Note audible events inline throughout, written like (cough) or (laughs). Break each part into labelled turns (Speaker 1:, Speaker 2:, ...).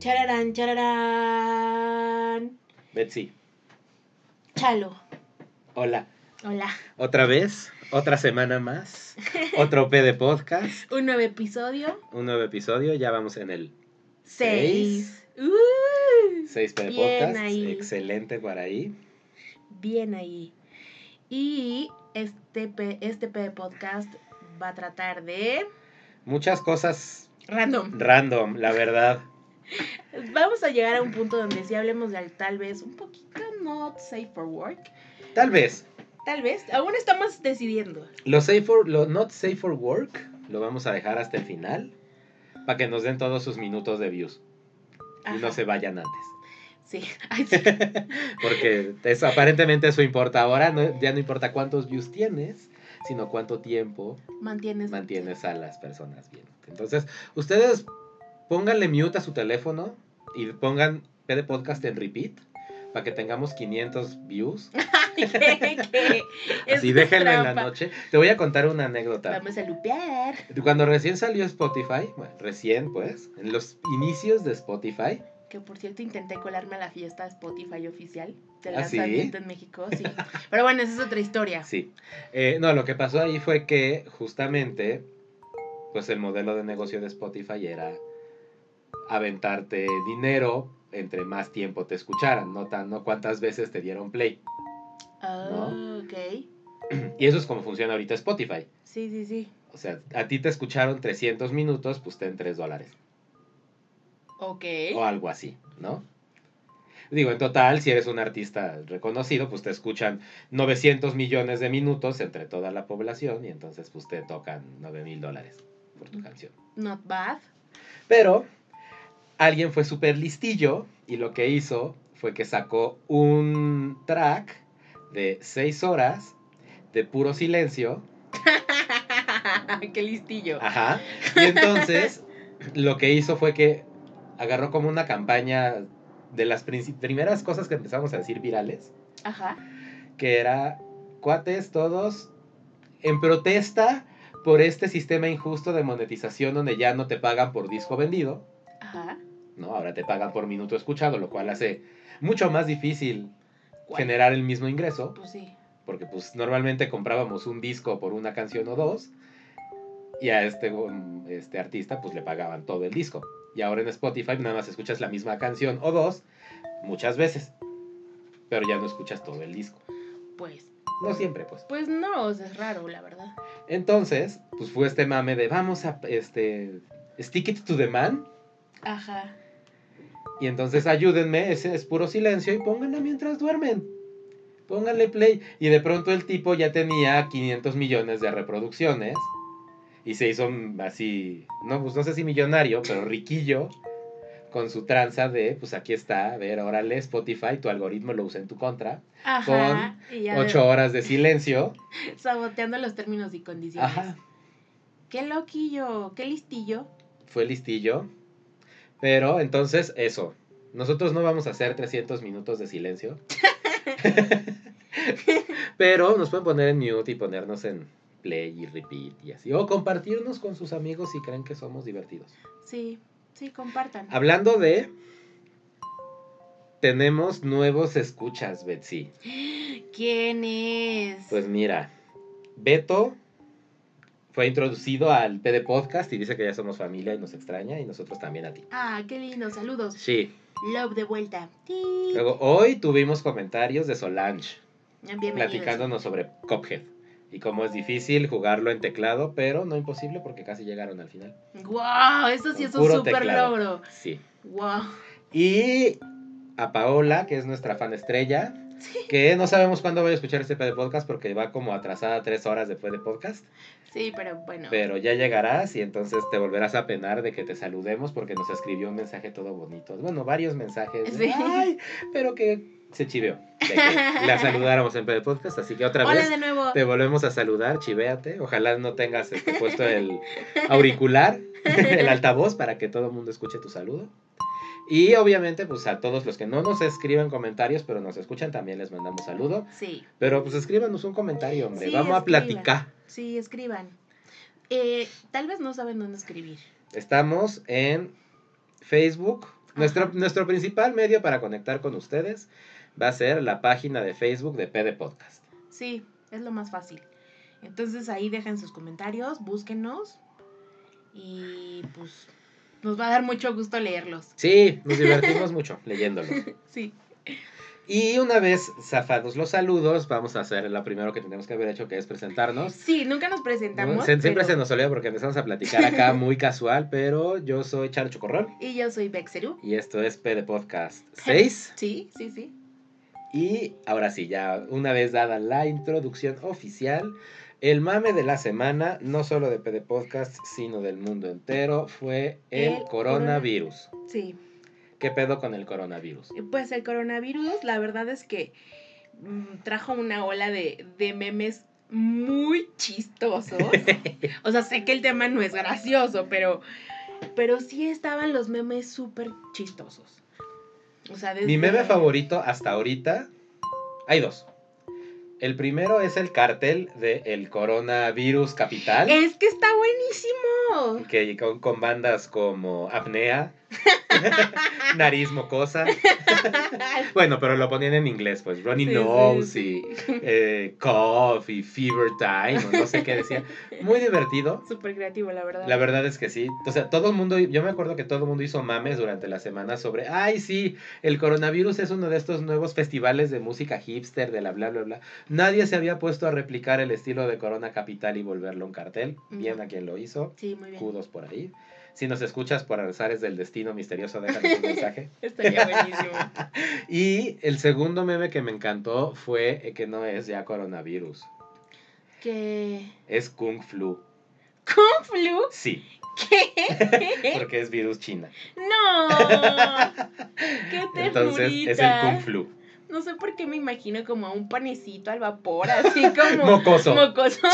Speaker 1: Chararán, chararán.
Speaker 2: Betsy,
Speaker 1: Chalo.
Speaker 2: hola.
Speaker 1: Hola.
Speaker 2: Otra vez, otra semana
Speaker 1: (laughs)
Speaker 2: más, otro P de podcast,
Speaker 1: Un nuevo episodio.
Speaker 2: un nuevo episodio, ya vamos en el
Speaker 1: Seis.
Speaker 2: Seis.
Speaker 1: Uh,
Speaker 2: 6P de
Speaker 1: Bien
Speaker 2: podcast.
Speaker 1: ahí.
Speaker 2: Excelente por ahí.
Speaker 1: bien ahí. Y este, pe- este pe- podcast va a tratar de...
Speaker 2: Muchas cosas
Speaker 1: Random.
Speaker 2: random, la verdad.
Speaker 1: Vamos a llegar a un punto donde sí hablemos de al- tal vez un poquito not safe for work.
Speaker 2: Tal vez,
Speaker 1: Tal vez. Aún estamos decidiendo.
Speaker 2: lo safe for, lo not safe for work, lo vamos a dejar hasta el final, para que nos den todos sus minutos de views
Speaker 1: Ajá.
Speaker 2: y no se vayan antes.
Speaker 1: Sí. (laughs) Ay, sí.
Speaker 2: Porque es- aparentemente eso importa ahora, no- ya no importa cuántos views tienes, sino cuánto tiempo
Speaker 1: Mantienes. (laughs)
Speaker 2: mantienes a las personas bien. Entonces, ustedes pónganle mute a su teléfono y pongan P de podcast en repeat para que tengamos 500 views.
Speaker 1: ¿Qué? (laughs) Es
Speaker 2: Así déjenlo en
Speaker 1: trampa.
Speaker 2: la noche. Te voy a contar una anécdota.
Speaker 1: Vamos a lupear.
Speaker 2: Cuando recién salió Spotify, bueno, recién pues, en los inicios de Spotify,
Speaker 1: Que por cierto intenté colarme a la fiesta Spotify oficial del
Speaker 2: ¿Ah, sí?
Speaker 1: lanzamiento en México,
Speaker 2: (laughs)
Speaker 1: sí. Pero bueno, esa es otra historia.
Speaker 2: sí. Eh, no, lo que pasó ahí fue que justamente, pues el modelo de negocio de Spotify era aventarte dinero entre más tiempo te escucharan, no, tan, no cuántas veces te dieron play.
Speaker 1: Ah,
Speaker 2: ¿No?
Speaker 1: ok.
Speaker 2: Y eso es como funciona ahorita Spotify.
Speaker 1: Sí, sí, sí.
Speaker 2: O sea, a ti te escucharon 300 minutos, pues ten 3 dólares.
Speaker 1: Ok.
Speaker 2: O algo así, ¿no? Digo, en total, si eres un artista reconocido, pues te escuchan 900 millones de minutos entre toda la población y entonces pues te tocan 9 mil dólares por tu canción.
Speaker 1: Not bad.
Speaker 2: Pero alguien fue súper listillo y lo que hizo fue que sacó un track de 6 horas de puro silencio
Speaker 1: (laughs) Qué listillo.
Speaker 2: Ajá. Y entonces, lo que hizo fue que agarró como una campaña de las princi- primeras cosas que empezamos a decir virales,
Speaker 1: Ajá.
Speaker 2: que era cuates todos en protesta por este sistema injusto de monetización donde ya no te pagan por disco vendido,
Speaker 1: Ajá.
Speaker 2: ¿no? Ahora te pagan por minuto escuchado, lo cual hace mucho más difícil
Speaker 1: Guay.
Speaker 2: generar el mismo ingreso,
Speaker 1: Pues sí.
Speaker 2: porque pues normalmente comprábamos un disco por una canción o dos y a este, um, este artista pues le pagaban todo el disco. Y ahora en Spotify nada más escuchas la misma canción o dos muchas veces, pero ya no escuchas todo el disco.
Speaker 1: Pues.
Speaker 2: No siempre pues.
Speaker 1: Pues no, o sea, es raro, la verdad.
Speaker 2: Entonces pues fue este mame de vamos a este stick it to the man
Speaker 1: Ajá.
Speaker 2: y entonces ayúdenme, ese es puro silencio y pónganla mientras duermen. Pónganle play. Y de pronto el tipo ya tenía 500 millones de reproducciones. Y se hizo mm, así, no, pues no sé si millonario, pero riquillo. Con su tranza de, pues aquí está, a ver, órale, Spotify, tu algoritmo lo usa en tu contra.
Speaker 1: Ajá. y ya
Speaker 2: Ocho horas de silencio.
Speaker 1: Saboteando los términos y condiciones.
Speaker 2: Ajá,
Speaker 1: Qué loquillo. Qué listillo.
Speaker 2: fue listillo. Pero entonces, eso. Nosotros no vamos a hacer 300 minutos de silencio. Pero nos pueden poner en mute y ponernos en play y repeat y así. O compartirnos con sus amigos si creen que somos divertidos.
Speaker 1: Sí. Sí, compartan.
Speaker 2: Hablando de... Tenemos nuevos escuchas, Betsy.
Speaker 1: ¿Quién es?
Speaker 2: Pues mira, Beto fue introducido al PD Podcast y dice que ya somos familia y nos extraña y nosotros también a ti.
Speaker 1: Ah, qué lindo, saludos.
Speaker 2: Sí.
Speaker 1: Love de vuelta. Tit.
Speaker 2: Luego, hoy tuvimos comentarios de Solange
Speaker 1: Bienvenidos.
Speaker 2: platicándonos sobre Cophead y cómo es difícil jugarlo en teclado, pero no imposible porque casi llegaron al final.
Speaker 1: Wow, eso sí es un
Speaker 2: Puro
Speaker 1: super
Speaker 2: teclado.
Speaker 1: logro.
Speaker 2: Sí.
Speaker 1: Wow.
Speaker 2: Y a Paola, que es nuestra fan estrella, que no sabemos cuándo vaya a escuchar este PD Podcast porque va como atrasada tres horas después de Podcast.
Speaker 1: Sí, pero bueno.
Speaker 2: Pero ya llegarás y entonces te volverás a penar de que te saludemos porque nos escribió un mensaje todo bonito. Bueno, varios mensajes. de,
Speaker 1: Sí.
Speaker 2: Ay, pero que se chiveó. de que la saludáramos en PD Podcast, así que otra
Speaker 1: Hola
Speaker 2: vez
Speaker 1: de nuevo.
Speaker 2: te volvemos a saludar, chivéate. Ojalá no tengas este, puesto el auricular, el altavoz para que todo el mundo escuche tu saludo. Y obviamente, pues a todos los que no nos escriben comentarios, pero nos escuchan, también les mandamos saludo.
Speaker 1: Sí,
Speaker 2: Pero pues escríbanos un comentario, hombre.
Speaker 1: Sí,
Speaker 2: Vamos a
Speaker 1: escriban.
Speaker 2: platicar.
Speaker 1: sí, escriban. Eh, tal vez no saben dónde escribir.
Speaker 2: Estamos en Facebook, Nuestro, nuestro principal medio para conectar con ustedes va a ser la página de Facebook de PD Podcast.
Speaker 1: Sí, es lo más fácil. Entonces ahí dejen sus comentarios, búsquenos y pues nos va a dar mucho gusto leerlos.
Speaker 2: Sí, nos divertimos mucho leyéndolos.
Speaker 1: Sí.
Speaker 2: Y una vez zafados los saludos, vamos a hacer lo primero que tenemos que haber hecho, que es presentarnos.
Speaker 1: Sí, nunca nos presentamos.
Speaker 2: Se- siempre
Speaker 1: pero-
Speaker 2: se nos olvida porque empezamos a platicar
Speaker 1: (laughs)
Speaker 2: acá muy casual, pero yo soy Charo Chocorrol
Speaker 1: Y yo soy Bexeru.
Speaker 2: y esto es PD Podcast 6.
Speaker 1: Sí, sí, sí.
Speaker 2: Y ahora sí, ya una vez dada la introducción oficial, el mame de la semana, no solo de PD Podcast, sino del mundo entero, fue el,
Speaker 1: El
Speaker 2: coronavirus.
Speaker 1: Sí.
Speaker 2: ¿Qué pedo con el coronavirus?
Speaker 1: Pues el coronavirus, la verdad es que mm, trajo una ola de, de memes muy chistosos. o sea, sé que el tema no es gracioso, pero, pero sí estaban los memes súper chistosos. O sea, desde-
Speaker 2: Mi meme favorito hasta ahorita, hay dos. El primero es el cartel de el coronavirus capital,
Speaker 1: Es que está
Speaker 2: (laughs)
Speaker 1: buenísimo.
Speaker 2: que con, con bandas como
Speaker 1: (laughs)
Speaker 2: apnea, nariz mocosa. Bueno, pero lo ponían en inglés, pues Ronnie
Speaker 1: Sí,
Speaker 2: Nose
Speaker 1: sí, sí.
Speaker 2: y eh, cough y fever time, o no sé qué decía. Muy divertido.
Speaker 1: Súper creativo, la verdad.
Speaker 2: La verdad es que sí. O sea, todo el mundo, yo me acuerdo que todo el mundo hizo mames durante la semana sobre, ay, sí, el coronavirus es uno de estos nuevos festivales de música hipster, de la bla, bla, bla. Nadie se había puesto a replicar el estilo de Corona Capital y volverlo un cartel. Bien
Speaker 1: No.
Speaker 2: a quien lo hizo.
Speaker 1: Sí, muy bien.
Speaker 2: Kudos por ahí. Si nos escuchas por azares del destino misterioso, déjanos un
Speaker 1: (laughs)
Speaker 2: mensaje.
Speaker 1: Estaría buenísimo.
Speaker 2: Y el segundo meme que me encantó fue eh, que no es ya coronavirus,
Speaker 1: que.
Speaker 2: es Kung Flu.
Speaker 1: ¿Con flu?
Speaker 2: Sí,
Speaker 1: ¿Qué?
Speaker 2: porque es virus china.
Speaker 1: ¡No! ¡Qué
Speaker 2: (laughs)
Speaker 1: ternurita!
Speaker 2: Entonces es el Kung Flu.
Speaker 1: No sé por qué me imagino como a un panecito al
Speaker 2: (laughs)
Speaker 1: vapor, así como
Speaker 2: Mocoso
Speaker 1: mocoso. (laughs)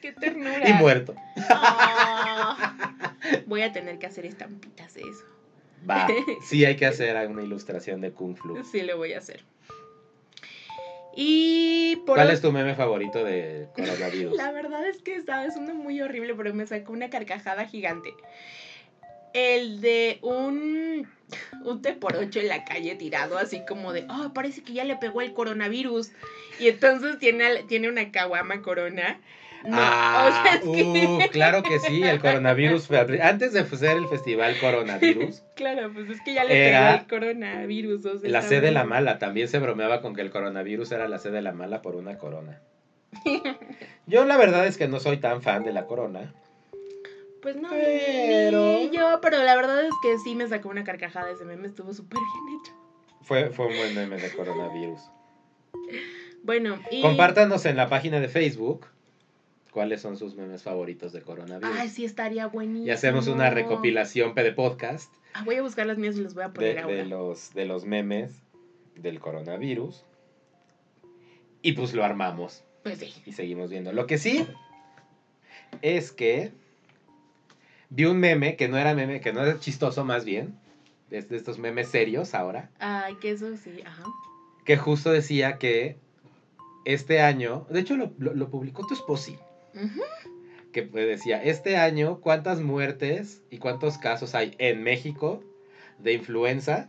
Speaker 1: ¡Qué ternura!
Speaker 2: y muerto.
Speaker 1: Ah. (laughs) Voy a tener que hacer estampitas de eso. (laughs)
Speaker 2: Va, sí hay que hacer una ilustración de Kung Flu.
Speaker 1: Sí, lo voy a hacer. Y por
Speaker 2: ¿Cuál
Speaker 1: ot-
Speaker 2: es tu meme favorito de coronavirus? (laughs)
Speaker 1: La verdad es que estaba es uno muy horrible, pero me sacó una carcajada gigante. El de un, un té por ocho en la calle tirado, así como de, oh, parece que ya le pegó el coronavirus. Y entonces tiene, al- tiene una caguama corona. No,
Speaker 2: ah,
Speaker 1: o sea, es que- (laughs)
Speaker 2: uh, claro que sí, el coronavirus. fue- Antes de ser el festival coronavirus,
Speaker 1: claro, pues es que ya le
Speaker 2: uh. Era
Speaker 1: pegó el coronavirus. o sea,
Speaker 2: la
Speaker 1: está
Speaker 2: sed de la
Speaker 1: muy-
Speaker 2: mala, también se bromeaba con que el coronavirus era la sed de la mala por una corona.
Speaker 1: (laughs)
Speaker 2: Yo la verdad es que no soy tan fan de la corona.
Speaker 1: Pues no,
Speaker 2: Pero-
Speaker 1: ni yo, pero la verdad es que sí me sacó una carcajada ese meme, estuvo súper bien hecho.
Speaker 2: Fue, fue un buen meme de coronavirus.
Speaker 1: Bueno, y...
Speaker 2: Compártanos en la página de Facebook cuáles son sus memes favoritos de coronavirus.
Speaker 1: Ay, sí, estaría buenísimo.
Speaker 2: y hacemos una
Speaker 1: Mm.
Speaker 2: recopilación de podcast
Speaker 1: Ah, voy a buscar las mías y las voy a
Speaker 2: de,
Speaker 1: poner ahora.
Speaker 2: de los, de los memes del coronavirus. Y pues lo armamos.
Speaker 1: Pues sí.
Speaker 2: y seguimos viendo. Lo que sí es que vi un meme que no era meme, que no era chistoso más bien, es de estos memes serios ahora,
Speaker 1: Ay, que eso sí, ajá.
Speaker 2: que justo decía que este año, de hecho lo, lo- lo publicó tu esposi,
Speaker 1: Ujú.
Speaker 2: que pues, decía, este año cuántas muertes y cuántos casos hay en México de influenza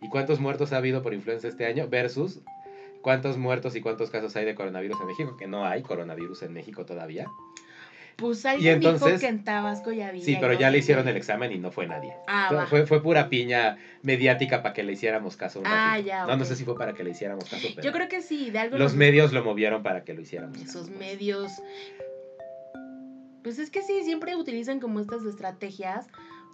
Speaker 2: y cuántos muertos ha habido por influenza este año versus cuántos muertos y cuántos casos hay de coronavirus en México, que no hay coronavirus en México todavía.
Speaker 1: Pues alguien
Speaker 2: Y entonces-
Speaker 1: dijo que en Tabasco ya había.
Speaker 2: Sí, pero
Speaker 1: y no
Speaker 2: ya le
Speaker 1: sé
Speaker 2: hicieron
Speaker 1: qué.
Speaker 2: el examen y no fue nadie.
Speaker 1: Ah, va.
Speaker 2: Fue, fue pura piña mediática para que le hiciéramos caso. un
Speaker 1: Ah,
Speaker 2: ratito.
Speaker 1: ya,
Speaker 2: No, no
Speaker 1: ok.
Speaker 2: sé si fue para que le hiciéramos caso, pero
Speaker 1: Yo creo que sí, de algo.
Speaker 2: los
Speaker 1: nos-
Speaker 2: medios lo movieron para que lo hiciéramos. caso,
Speaker 1: Esos
Speaker 2: pues.
Speaker 1: medios. Pues es que sí, siempre utilizan como estas estrategias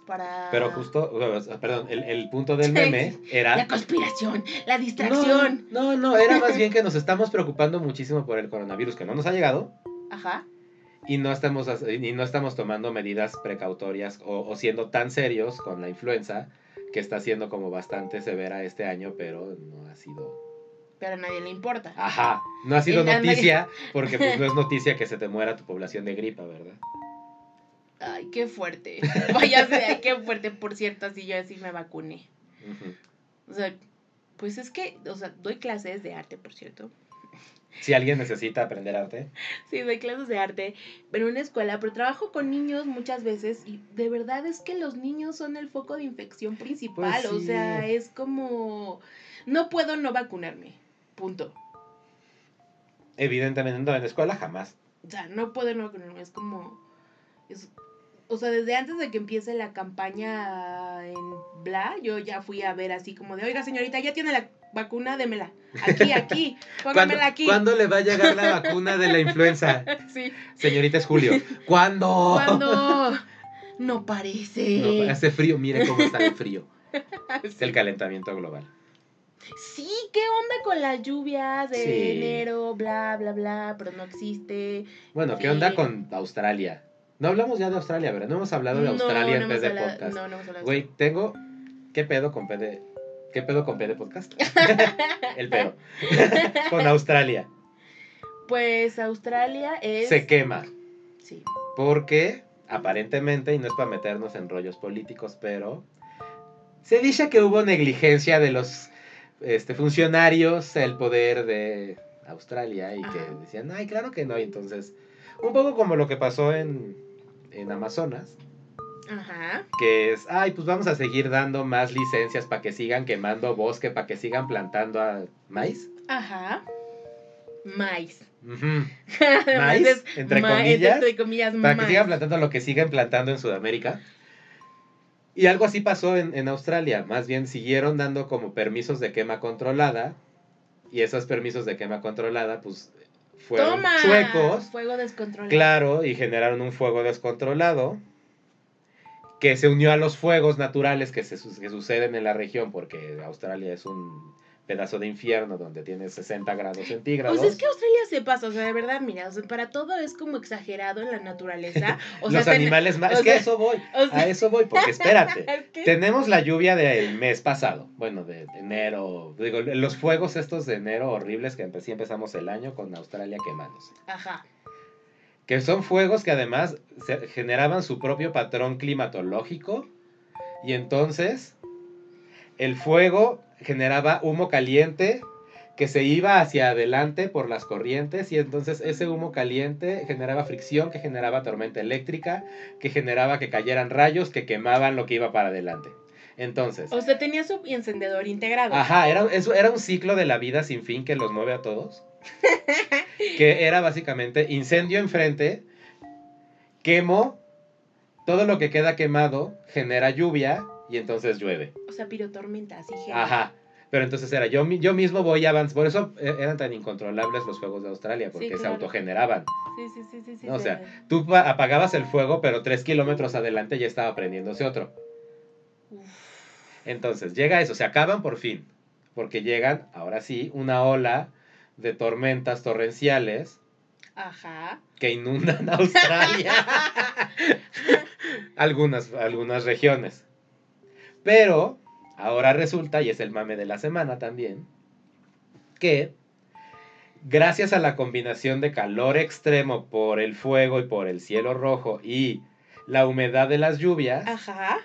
Speaker 1: para.
Speaker 2: Pero justo, o sea, perdón, el, el punto del meme era...
Speaker 1: La conspiración, la
Speaker 2: No,
Speaker 1: distracción.
Speaker 2: No, no, era más bien que nos estamos preocupando muchísimo por el coronavirus que no nos ha llegado
Speaker 1: Ajá.
Speaker 2: y no estamos, hace- y no estamos tomando medidas precautorias o, o siendo tan serios con la influenza que está siendo como bastante severa este año, pero no ha sido...
Speaker 1: Pero a nadie le importa.
Speaker 2: Ajá, no ha sido
Speaker 1: Y la-
Speaker 2: noticia porque pues no es noticia que se te muera tu población de gripa, ¿verdad?
Speaker 1: Ay, qué fuerte. (laughs) Vaya, ay, qué fuerte. Por cierto, así yo así me vacuné.
Speaker 2: Ujú.
Speaker 1: O sea, pues es que, o sea, doy clases de arte, por cierto.
Speaker 2: Si alguien necesita aprender arte.
Speaker 1: Sí, doy clases de arte, pero en una escuela, pero trabajo con niños muchas veces y de verdad es que los niños son el foco de infección principal,
Speaker 2: Pues
Speaker 1: o
Speaker 2: sí.
Speaker 1: sea, es como, no puedo no vacunarme, punto.
Speaker 2: Evidentemente, no, en la escuela jamás.
Speaker 1: O sea, no puedo no vacunarme, es como, es- o sea, desde antes de que empiece la campaña en Bla, yo ya fui a ver así como de, oiga señorita, ya tiene la vacuna, démela,
Speaker 2: (laughs)
Speaker 1: aquí, aquí, póngamela aquí.
Speaker 2: ¿Cuándo le va a llegar la vacuna de la influenza?
Speaker 1: (laughs) Sí,
Speaker 2: Señorita, es Julio. ¿Cuándo? (laughs)
Speaker 1: cuando no
Speaker 2: No,
Speaker 1: parece.
Speaker 2: hace frío, mire cómo está el frío. Es
Speaker 1: (laughs) Sí.
Speaker 2: el calentamiento global.
Speaker 1: Sí, ¿qué onda con las lluvias de
Speaker 2: Sí.
Speaker 1: enero? Bla, bla, bla, pero no existe.
Speaker 2: Bueno, ¿qué
Speaker 1: Sí.
Speaker 2: onda con Australia? No hablamos ya de Australia, ¿verdad? No hemos hablado de Australia en
Speaker 1: hemos
Speaker 2: vez de
Speaker 1: hablado-
Speaker 2: podcast.
Speaker 1: No, no hemos hablado de
Speaker 2: Güey, tengo. ¿Qué pedo con P de. ¿Qué pedo con P de
Speaker 1: (laughs)
Speaker 2: podcast? el pedo. (laughs) con Australia.
Speaker 1: eso. Pues Australia es.
Speaker 2: Se quema.
Speaker 1: Sí.
Speaker 2: Porque, aparentemente, y no es para meternos en rollos políticos, pero. Se dice que hubo negligencia de los este, funcionarios, el poder de Australia, y que
Speaker 1: Ajá.
Speaker 2: decían, ay, claro que no. Y entonces, un poco como lo que pasó en, en Amazonas,
Speaker 1: Ajá.
Speaker 2: que es, ay, pues vamos a seguir dando más licencias para que sigan quemando bosque, para que sigan plantando a maíz.
Speaker 1: Ajá. (laughs) Maíz.
Speaker 2: Ujú.
Speaker 1: Además es
Speaker 2: entre
Speaker 1: ma- es
Speaker 2: comillas,
Speaker 1: Entre comillas,
Speaker 2: Para que
Speaker 1: maíz.
Speaker 2: sigan plantando lo que siguen plantando en Sudamérica. Y algo así pasó en, en Australia. Más bien siguieron dando como permisos de quema controlada. Y esos permisos de quema controlada, pues, fueron
Speaker 1: Toma.
Speaker 2: chuecos.
Speaker 1: Fuego descontrolado.
Speaker 2: Claro, y generaron un fuego descontrolado que se unió a los fuegos naturales que, se, su- que suceden en la región, porque Australia es un pedazo de infierno donde tiene 60 grados centígrados.
Speaker 1: O sea, Pues es que Australia se pasa, o sea, de verdad, mira, o sea, para todo es como exagerado en
Speaker 2: (laughs)
Speaker 1: la naturaleza. O sea,
Speaker 2: los
Speaker 1: ten-
Speaker 2: animales Ah, más...
Speaker 1: o
Speaker 2: Es que a
Speaker 1: sea,
Speaker 2: eso voy,
Speaker 1: o sea-
Speaker 2: a eso voy, porque espérate.
Speaker 1: es que-
Speaker 2: Tenemos la lluvia del mes pasado, bueno, de enero, digo, los fuegos estos de enero horribles que empe- sí empezamos el año con Australia quemándose.
Speaker 1: Ajá.
Speaker 2: que son fuegos que además se- generaban su propio patrón climatológico y entonces el fuego generaba humo caliente que se iba hacia adelante por las corrientes y entonces ese humo caliente generaba fricción, que generaba tormenta eléctrica, que generaba que cayeran rayos, que quemaban lo que iba para adelante. Entonces,
Speaker 1: O sea, tenía su encendedor integrado.
Speaker 2: Ajá, era, eso era un ciclo de la vida sin fin que los mueve a todos. que era básicamente incendio enfrente, quemo, todo lo que queda quemado genera lluvia y entonces llueve.
Speaker 1: O sea, pirotormenta, así genial.
Speaker 2: Ajá. Pero entonces era yo, mi- yo mismo voy a avanzar. Por eso eh, eran tan incontrolables los fuegos de Australia, porque se
Speaker 1: claro.
Speaker 2: autogeneraban.
Speaker 1: Sí, sí, sí, sí, sí.
Speaker 2: O
Speaker 1: se
Speaker 2: sea,
Speaker 1: ve.
Speaker 2: Tú pa- apagabas el fuego, pero tres kilómetros adelante ya estaba prendiéndose otro.
Speaker 1: Uf.
Speaker 2: Entonces, llega eso, se acaban por fin, porque llegan, ahora sí, una ola de tormentas torrenciales
Speaker 1: Ajá.
Speaker 2: que inundan (laughs) Australia, algunas, algunas regiones. Pero, ahora resulta, y es el mame de la semana también, que gracias a la combinación de calor extremo por el fuego y por el cielo rojo y la humedad de las lluvias,
Speaker 1: Ajá.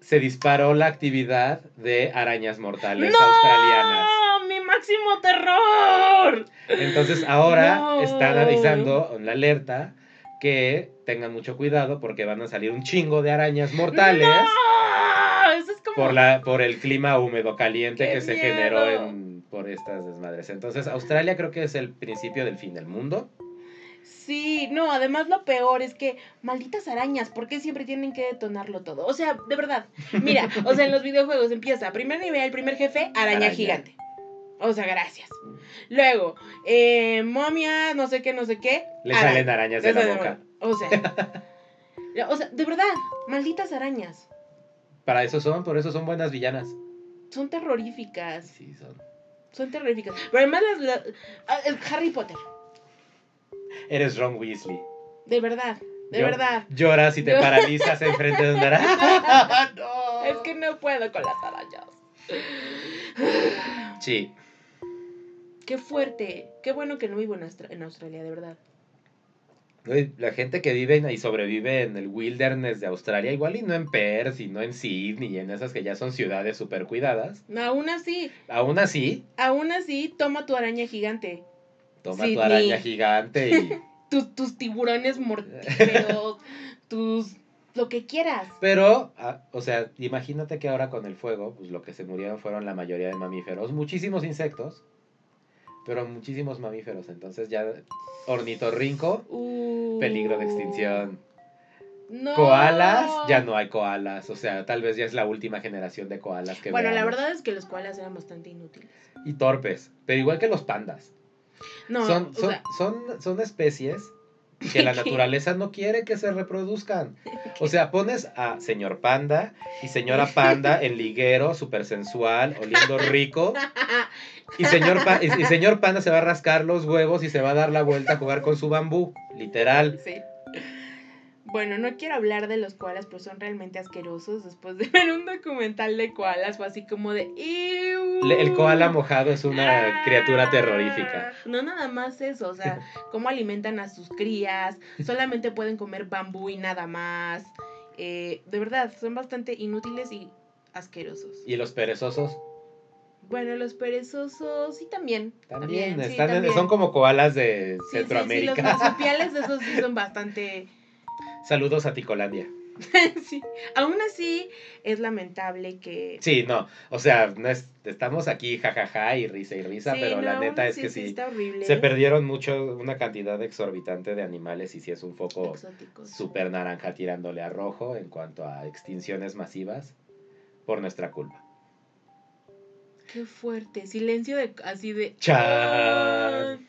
Speaker 2: se disparó la actividad de arañas mortales
Speaker 1: ¡No!
Speaker 2: australianas.
Speaker 1: ¡Mi máximo terror!
Speaker 2: Entonces ahora
Speaker 1: ¡No!
Speaker 2: están avisando en la alerta que tengan mucho cuidado porque van a salir un chingo de arañas mortales
Speaker 1: ¡No! Eso es como.
Speaker 2: ¿eh? por, la, por el clima húmedo caliente
Speaker 1: ¡Qué
Speaker 2: que se
Speaker 1: miedo!
Speaker 2: generó en- por estas desmadres. Entonces Australia creo que es el principio del fin del mundo.
Speaker 1: Sí, no, además lo peor es que, malditas arañas, ¿por qué siempre tienen que detonarlo todo? O sea, de verdad, mira, o sea, en los videojuegos empieza, primer nivel, primer jefe, araña,
Speaker 2: Araña.
Speaker 1: gigante. O sea, gracias. Luego, eh, momia, no sé qué, no sé qué.
Speaker 2: Le
Speaker 1: araña.
Speaker 2: salen arañas de la
Speaker 1: Esa-
Speaker 2: boca.
Speaker 1: O
Speaker 2: (laughs)
Speaker 1: sea, la- o sea, de verdad, malditas arañas,
Speaker 2: Para eso son, por eso son buenas villanas.
Speaker 1: son terroríficas,
Speaker 2: Sí, son.
Speaker 1: son terroríficas. Pero además las, la- ah, el Harry Potter,
Speaker 2: Eres Ron Weasley.
Speaker 1: de verdad, de
Speaker 2: Yo-
Speaker 1: verdad.
Speaker 2: Lloras y te
Speaker 1: Yo-
Speaker 2: paralizas enfrente
Speaker 1: (laughs)
Speaker 2: de una araña. ¡No!
Speaker 1: Es que no puedo con las arañas.
Speaker 2: Sí.
Speaker 1: Qué fuerte. Qué bueno que no vivo en, Austra- en Australia, de verdad.
Speaker 2: Güey, La gente que vive en- y sobrevive en el wilderness de Australia, igual y no en Perth, y no en Sydney, y en esas que ya son ciudades súper cuidadas,
Speaker 1: Aún así,
Speaker 2: aún así,
Speaker 1: aún así, toma tu araña gigante.
Speaker 2: Toma
Speaker 1: Sí,
Speaker 2: tu araña
Speaker 1: ni-
Speaker 2: gigante
Speaker 1: (laughs)
Speaker 2: y...
Speaker 1: Tus, tus
Speaker 2: (laughs)
Speaker 1: tiburones mortíferos, tus. lo que quieras.
Speaker 2: Pero, ah, o sea, imagínate que ahora con el fuego, pues lo que se murieron fueron la mayoría de mamíferos, muchísimos insectos, pero muchísimos mamíferos. Entonces ya ornitorrinco,
Speaker 1: Uh,
Speaker 2: peligro de extinción.
Speaker 1: No.
Speaker 2: Koalas, ya no hay koalas. O sea, tal vez ya es la última generación de koalas que
Speaker 1: Bueno, la
Speaker 2: veamos.
Speaker 1: verdad es que los koalas eran bastante inútiles.
Speaker 2: Y torpes, pero igual que los pandas.
Speaker 1: No,
Speaker 2: son,
Speaker 1: o
Speaker 2: son,
Speaker 1: sea,
Speaker 2: son, son especies que
Speaker 1: (laughs)
Speaker 2: la naturaleza no quiere que se reproduzcan. O sea, pones a señor panda y señora panda en liguero, súper sensual, oliendo rico. Y señor, pa- y, y señor panda se va a rascar los huevos y se va a dar la vuelta a jugar con su bambú, literal.
Speaker 1: sí. Bueno, no quiero hablar de los koalas, pero son realmente asquerosos. Después de (laughs) ver un documental de koalas, fue así como de. "Ew".
Speaker 2: Le- El koala mojado es una criatura terrorífica.
Speaker 1: Ah. No nada más eso, o
Speaker 2: (laughs)
Speaker 1: sea, cómo alimentan a sus crías, solamente pueden comer bambú y nada más. Eh, de verdad, son bastante inútiles y asquerosos.
Speaker 2: Y los perezosos
Speaker 1: Bueno, los perezosos sí también.
Speaker 2: también,
Speaker 1: sí,
Speaker 2: están en-
Speaker 1: también.
Speaker 2: son como koalas de
Speaker 1: Sí, sí,
Speaker 2: Centroamérica.
Speaker 1: Sí, los marsupiales de esos sí son bastante...
Speaker 2: (laughs)
Speaker 1: (laughs)
Speaker 2: Saludos a Ticolandia.
Speaker 1: sí. Aún así, es lamentable que...
Speaker 2: Sí, no, o sea, no es, estamos aquí jajaja y risa y risa,
Speaker 1: Sí,
Speaker 2: pero la
Speaker 1: no,
Speaker 2: neta
Speaker 1: aún
Speaker 2: es que
Speaker 1: así
Speaker 2: sí,
Speaker 1: Está horrible.
Speaker 2: se perdieron mucho, una cantidad exorbitante de animales y sí es un foco
Speaker 1: Exóticos.
Speaker 2: súper naranja tirándole a rojo en cuanto a extinciones masivas por nuestra culpa.
Speaker 1: Qué fuerte. Silencio de así de... ¡Ah!
Speaker 2: Chan.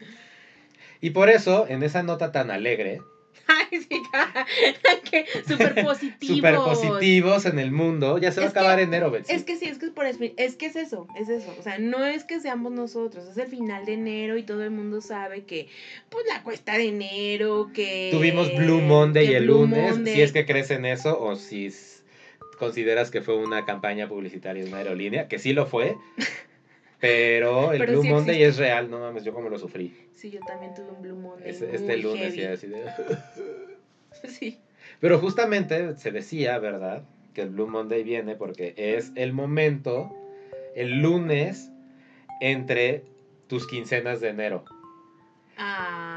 Speaker 2: Y por eso, en esa nota tan alegre,
Speaker 1: (laughs) Ay, sí, (laughs) que súper positivo.
Speaker 2: super positivos en el mundo, ya se va
Speaker 1: Es
Speaker 2: a acabar
Speaker 1: que-
Speaker 2: enero, Betsy.
Speaker 1: Es que sí, es que es por espi- es que es eso, es eso. O sea, no es que seamos nosotros, es el final de enero y todo el mundo sabe que, pues la cuesta de enero, que
Speaker 2: Tuvimos Blue Monday
Speaker 1: que
Speaker 2: el
Speaker 1: Blue
Speaker 2: lunes,
Speaker 1: Monday.
Speaker 2: si es que crees en eso o si s- consideras que fue una campaña publicitaria de una aerolínea, que sí lo
Speaker 1: (laughs)
Speaker 2: fue, pero el
Speaker 1: Pero
Speaker 2: Blue
Speaker 1: sí
Speaker 2: Monday es real, no mames, yo como lo sufrí.
Speaker 1: Sí, yo también tuve un Blue Monday.
Speaker 2: Es- este
Speaker 1: muy
Speaker 2: lunes
Speaker 1: heavy.
Speaker 2: ya así de-
Speaker 1: (laughs)
Speaker 2: (laughs)
Speaker 1: Sí.
Speaker 2: Pero justamente se decía, ¿verdad? Que el Blue Monday viene porque es el momento, el lunes, entre tus quincenas de enero.
Speaker 1: Ah.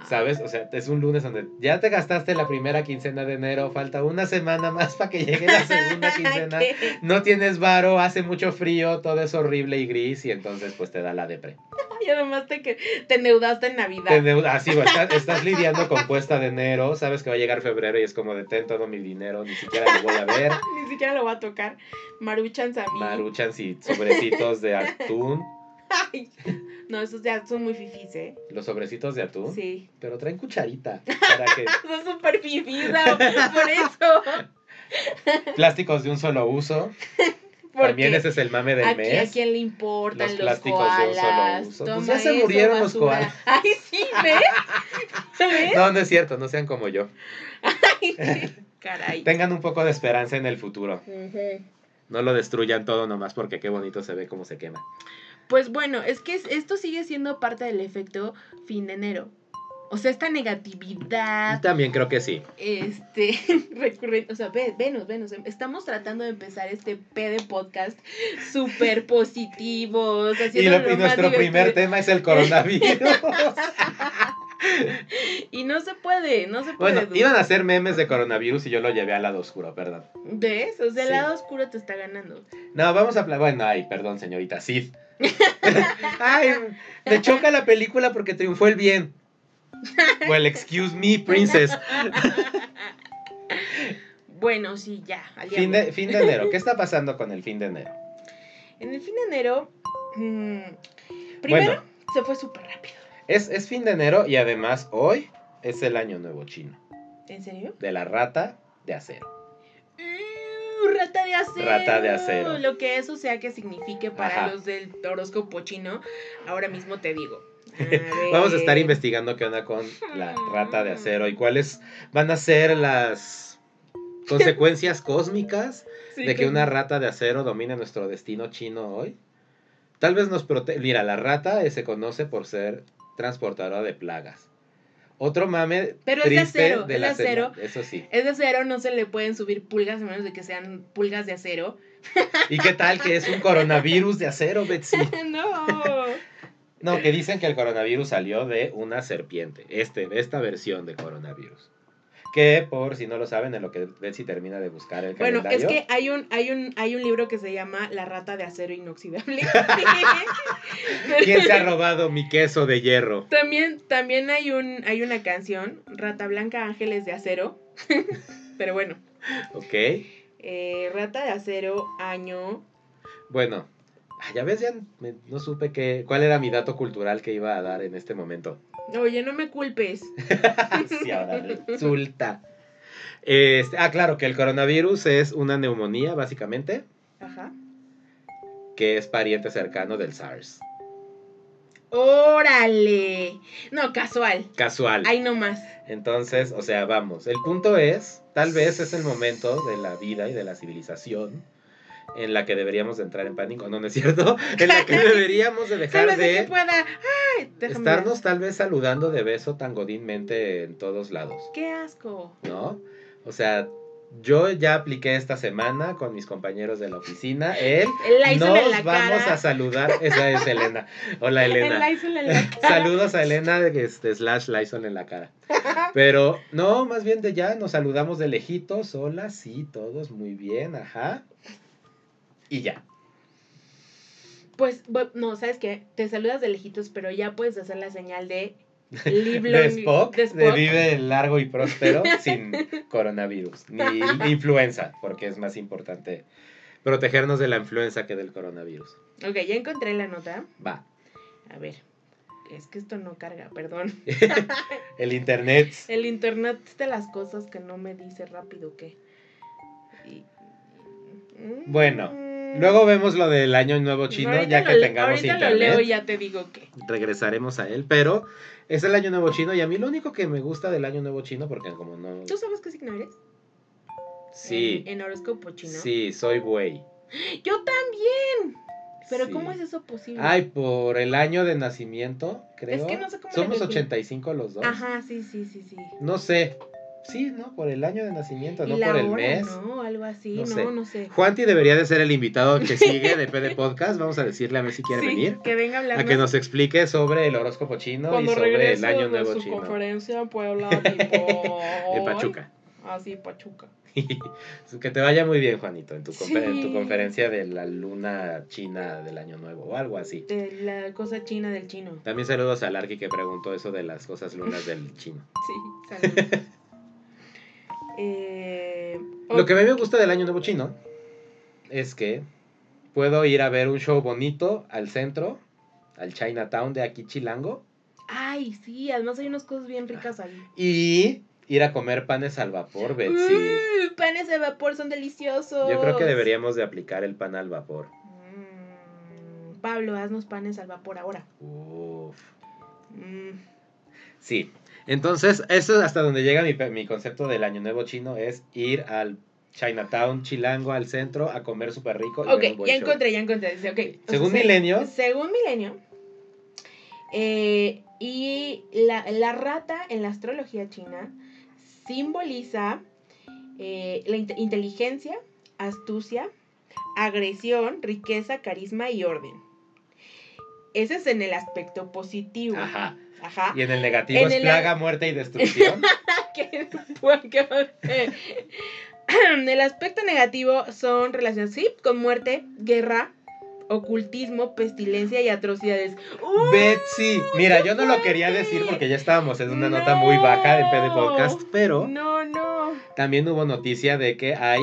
Speaker 1: (laughs)
Speaker 2: ¿Sabes? O sea, es un lunes donde ya te gastaste la primera quincena de enero, falta una semana más para que llegue la
Speaker 1: (laughs)
Speaker 2: segunda quincena.
Speaker 1: ¿Qué?
Speaker 2: No tienes varo, hace mucho frío, todo es horrible y gris y entonces pues te da la depre.
Speaker 1: Y además te, que te endeudaste en Navidad.
Speaker 2: Te neu- Así, va, estás, estás lidiando con cuesta de enero, sabes que va a llegar febrero y es como detén todo mi dinero, ni siquiera lo voy a
Speaker 1: (laughs)
Speaker 2: ver.
Speaker 1: Ni siquiera lo va a tocar. Maruchan Samir.
Speaker 2: Maruchans y sobrecitos de atún.
Speaker 1: Ay. No, esos ya son muy fifís, ¿eh?
Speaker 2: Los sobrecitos de atún,
Speaker 1: Sí.
Speaker 2: pero traen cucharita para que
Speaker 1: (laughs) Son súper fifís, ¿no? por eso.
Speaker 2: plásticos de un solo uso. (laughs)
Speaker 1: Porque
Speaker 2: También ese es el mame del
Speaker 1: aquí,
Speaker 2: mes.
Speaker 1: ¿A quién le importan
Speaker 2: Los
Speaker 1: los,
Speaker 2: plásticos de un
Speaker 1: koalas?
Speaker 2: solo uso. Pues
Speaker 1: Toma
Speaker 2: ya se
Speaker 1: eso,
Speaker 2: murieron los
Speaker 1: basura.
Speaker 2: koalas.
Speaker 1: (laughs) Ay, sí, ¿ves? (laughs) ¿Ves?
Speaker 2: No, no es cierto, no sean como yo.
Speaker 1: Ay, sí. Caray.
Speaker 2: Tengan un poco de esperanza en el futuro.
Speaker 1: Ujú.
Speaker 2: No lo destruyan todo nomás porque qué bonito se ve cómo se quema.
Speaker 1: Pues bueno, es que es- esto sigue siendo parte del efecto fin de enero. O sea, esta
Speaker 2: Y
Speaker 1: negatividad,
Speaker 2: también creo que sí.
Speaker 1: este, (laughs) recurrente, o sea, ve- venos, venos, estamos tratando de empezar este P de podcast súper positivos,
Speaker 2: (laughs) Y,
Speaker 1: haciendo
Speaker 2: lo- y nuestro primer
Speaker 1: este,
Speaker 2: tema es el
Speaker 1: (laughs)
Speaker 2: coronavirus.
Speaker 1: Y no se puede, no se puede.
Speaker 2: bueno,
Speaker 1: dude.
Speaker 2: iban a hacer memes de coronavirus y yo lo llevé al lado oscuro, perdón.
Speaker 1: ¿Ves? O sea, el
Speaker 2: Sí.
Speaker 1: lado oscuro te está ganando.
Speaker 2: No, vamos a hablar. Bueno, ay, perdón, señorita
Speaker 1: (laughs)
Speaker 2: Sid. ay, me choca la película porque triunfó el bien. Well, excuse me, princess.
Speaker 1: Bueno, sí, ya. al
Speaker 2: Fin
Speaker 1: diablo.
Speaker 2: de, fin de enero. ¿Qué está pasando con el fin de enero?
Speaker 1: En el fin de enero, mm, primero
Speaker 2: Bueno.
Speaker 1: se fue súper rápido.
Speaker 2: Es, es fin de enero y además hoy es el año nuevo chino.
Speaker 1: ¿En serio?
Speaker 2: De la rata de acero.
Speaker 1: Mm, Rata de acero.
Speaker 2: Rata de acero.
Speaker 1: Lo que eso sea que signifique para
Speaker 2: Ajá.
Speaker 1: los del horóscopo chino, ahora mismo te digo. A ver.
Speaker 2: (laughs) Vamos a estar investigando qué onda con la
Speaker 1: Hmm.
Speaker 2: rata de acero y cuáles van a ser las
Speaker 1: (laughs)
Speaker 2: consecuencias cósmicas
Speaker 1: Sí,
Speaker 2: de que
Speaker 1: con-
Speaker 2: una rata de acero domine nuestro destino chino hoy. Tal vez nos protege. Mira, la rata eh, se conoce por ser transportadora de plagas. Otro mame
Speaker 1: Pero es de
Speaker 2: triste
Speaker 1: acero,
Speaker 2: de
Speaker 1: es
Speaker 2: la
Speaker 1: de acero.
Speaker 2: semana, Eso sí.
Speaker 1: Es de acero, no se le pueden subir pulgas a menos de que sean pulgas de acero. (laughs)
Speaker 2: (laughs) ¿Y qué tal que es un coronavirus de acero, Betsy?
Speaker 1: no.
Speaker 2: No, que dicen que el coronavirus salió de una serpiente. Este, esta versión de coronavirus. Que por si no lo saben, en lo que Betsy termina de buscar el
Speaker 1: Bueno, es
Speaker 2: calendario.
Speaker 1: que hay un, hay un, hay un libro que se llama La rata de acero
Speaker 2: (laughs)
Speaker 1: inoxidable. (laughs)
Speaker 2: ¿Quién se ha robado mi queso de hierro?
Speaker 1: También, también hay un, hay una canción, Rata Blanca Ángeles de Acero. (laughs) Pero bueno,
Speaker 2: Ok.
Speaker 1: eh, Rata de Acero, año.
Speaker 2: Bueno, ah, ya ves, ya me- no supe que, cuál era mi dato cultural que iba a dar en este
Speaker 1: (laughs)
Speaker 2: momento.
Speaker 1: Oye, no me culpes.
Speaker 2: sí, ahora resulta. Este, ah, claro, que el coronavirus es una neumonía, básicamente,
Speaker 1: Ajá.
Speaker 2: que es pariente cercano del SARS.
Speaker 1: Órale. No, casual.
Speaker 2: Casual.
Speaker 1: Ahí nomás.
Speaker 2: Entonces, o sea, vamos. El punto es, tal vez es el momento de la vida y de la civilización en la que deberíamos de entrar en pánico, ¿no, no es cierto? (laughs) En la
Speaker 1: (laughs)
Speaker 2: que deberíamos de
Speaker 1: Solo
Speaker 2: dejar
Speaker 1: de que
Speaker 2: de
Speaker 1: pueda. Ay, déjame ver.
Speaker 2: estarnos tal vez saludando de beso tan godínmente en todos lados.
Speaker 1: Qué asco.
Speaker 2: ¿no? O sea, yo ya apliqué esta semana con mis compañeros de la oficina. Él
Speaker 1: La hizo en la
Speaker 2: nos vamos
Speaker 1: cara.
Speaker 2: a saludar. Esa es Elena. Hola,
Speaker 1: El
Speaker 2: Elena.
Speaker 1: Lysol (laughs) en
Speaker 2: (laughs)
Speaker 1: la cara.
Speaker 2: Saludos a Elena de este, slash Lyson en la cara. Pero no, más bien de ya nos saludamos de lejitos. Hola, sí, todos muy bien, ajá. Y ya.
Speaker 1: Pues, bu- no, ¿sabes qué? Te saludas de lejitos, pero ya puedes hacer la señal de Live
Speaker 2: (laughs) De
Speaker 1: long-
Speaker 2: Spock,
Speaker 1: de
Speaker 2: de
Speaker 1: Spock.
Speaker 2: vive largo y
Speaker 1: (laughs)
Speaker 2: próspero sin coronavirus, ni influenza, porque es más importante protegernos de la influenza que del coronavirus.
Speaker 1: Ok, ya encontré la nota.
Speaker 2: Va.
Speaker 1: A ver. Es que esto no carga, perdón.
Speaker 2: El internet.
Speaker 1: El internet es de las cosas que no me dice rápido que. Y-
Speaker 2: Bueno,
Speaker 1: Mm.
Speaker 2: Luego vemos lo del año nuevo chino,
Speaker 1: Ahorita
Speaker 2: ya que
Speaker 1: lo-
Speaker 2: tengamos
Speaker 1: ahorita lo leo y
Speaker 2: internet.
Speaker 1: ya te digo que.
Speaker 2: Regresaremos a él, pero es el año nuevo chino y a mí lo único que me gusta del año nuevo chino, porque como no...
Speaker 1: ¿Tú sabes qué signo eres?
Speaker 2: Sí,
Speaker 1: En, en horóscopo chino.
Speaker 2: sí, soy buey.
Speaker 1: Yo también. Pero
Speaker 2: Sí.
Speaker 1: ¿cómo es eso posible?
Speaker 2: Ay, por el año de nacimiento, creo.
Speaker 1: Es que no sé cómo le
Speaker 2: Somos
Speaker 1: defin-
Speaker 2: 85 los dos.
Speaker 1: Ajá, sí, sí, sí, sí.
Speaker 2: No sé. Sí, ¿no? Por el año de nacimiento,
Speaker 1: y
Speaker 2: no
Speaker 1: la
Speaker 2: por el
Speaker 1: hora,
Speaker 2: mes.
Speaker 1: ¿no? Algo así, no,
Speaker 2: No sé.
Speaker 1: no sé.
Speaker 2: Juanti debería de ser el invitado que sigue de PD Podcast. Vamos a decirle a ver si quiere
Speaker 1: (laughs) Sí,
Speaker 2: venir.
Speaker 1: Que venga a hablar
Speaker 2: A que nos explique sobre el horóscopo chino
Speaker 1: Cuando
Speaker 2: y sobre el
Speaker 1: regrese
Speaker 2: año
Speaker 1: de
Speaker 2: nuevo
Speaker 1: su
Speaker 2: chino.
Speaker 1: conferencia
Speaker 2: (laughs)
Speaker 1: en Puebla, tipo...
Speaker 2: De Pachuca.
Speaker 1: Ah, sí, Pachuca.
Speaker 2: (laughs) que te vaya muy bien, Juanito, en tu, confe- en tu
Speaker 1: Sí.
Speaker 2: conferencia de la luna china del año nuevo o algo así.
Speaker 1: De la cosa china del chino.
Speaker 2: También saludos a Larky que preguntó eso de las cosas lunas del chino.
Speaker 1: Sí, saludos.
Speaker 2: (laughs)
Speaker 1: eh,
Speaker 2: Lo que a mí me gusta del año nuevo chino es que puedo ir a ver un show bonito al centro, al Chinatown de aquí Chilango,
Speaker 1: Ay, sí, además hay unas cosas
Speaker 2: Ah.
Speaker 1: bien ricas ahí.
Speaker 2: y ir a comer panes al vapor, Betsy.
Speaker 1: Uh, panes de vapor son deliciosos.
Speaker 2: Pues Yo creo que deberíamos de aplicar el pan al vapor.
Speaker 1: Mm, Pablo, haznos panes al vapor ahora.
Speaker 2: Uf.
Speaker 1: Mm,
Speaker 2: Sí. Entonces, eso es hasta donde llega mi, pe- mi concepto del año nuevo chino, es ir al Chinatown, Chilango, al centro, a comer súper rico. y
Speaker 1: Ok,
Speaker 2: ver un buen
Speaker 1: ya
Speaker 2: show.
Speaker 1: encontré, ya encontré. Dice, ok, o
Speaker 2: Según
Speaker 1: sea,
Speaker 2: Milenio,
Speaker 1: Según Milenio. eh, y la, la rata en la astrología china simboliza eh, la inte- inteligencia, astucia, agresión, riqueza, carisma y orden. Ese es en el aspecto positivo.
Speaker 2: ajá.
Speaker 1: Ajá.
Speaker 2: Y en el negativo
Speaker 1: En
Speaker 2: es
Speaker 1: el-
Speaker 2: plaga, muerte y
Speaker 1: (laughs)
Speaker 2: destrucción.
Speaker 1: que- porque- (clears throat) el aspecto negativo son relaciones sí, con muerte, guerra, ocultismo, pestilencia y atrocidades. ¡Uh!
Speaker 2: Betsy, mira, yo no lo quería
Speaker 1: fuerte!
Speaker 2: decir porque ya estábamos en una nota
Speaker 1: No.
Speaker 2: muy baja en PD Podcast, pero
Speaker 1: No, no.
Speaker 2: también hubo noticia de que hay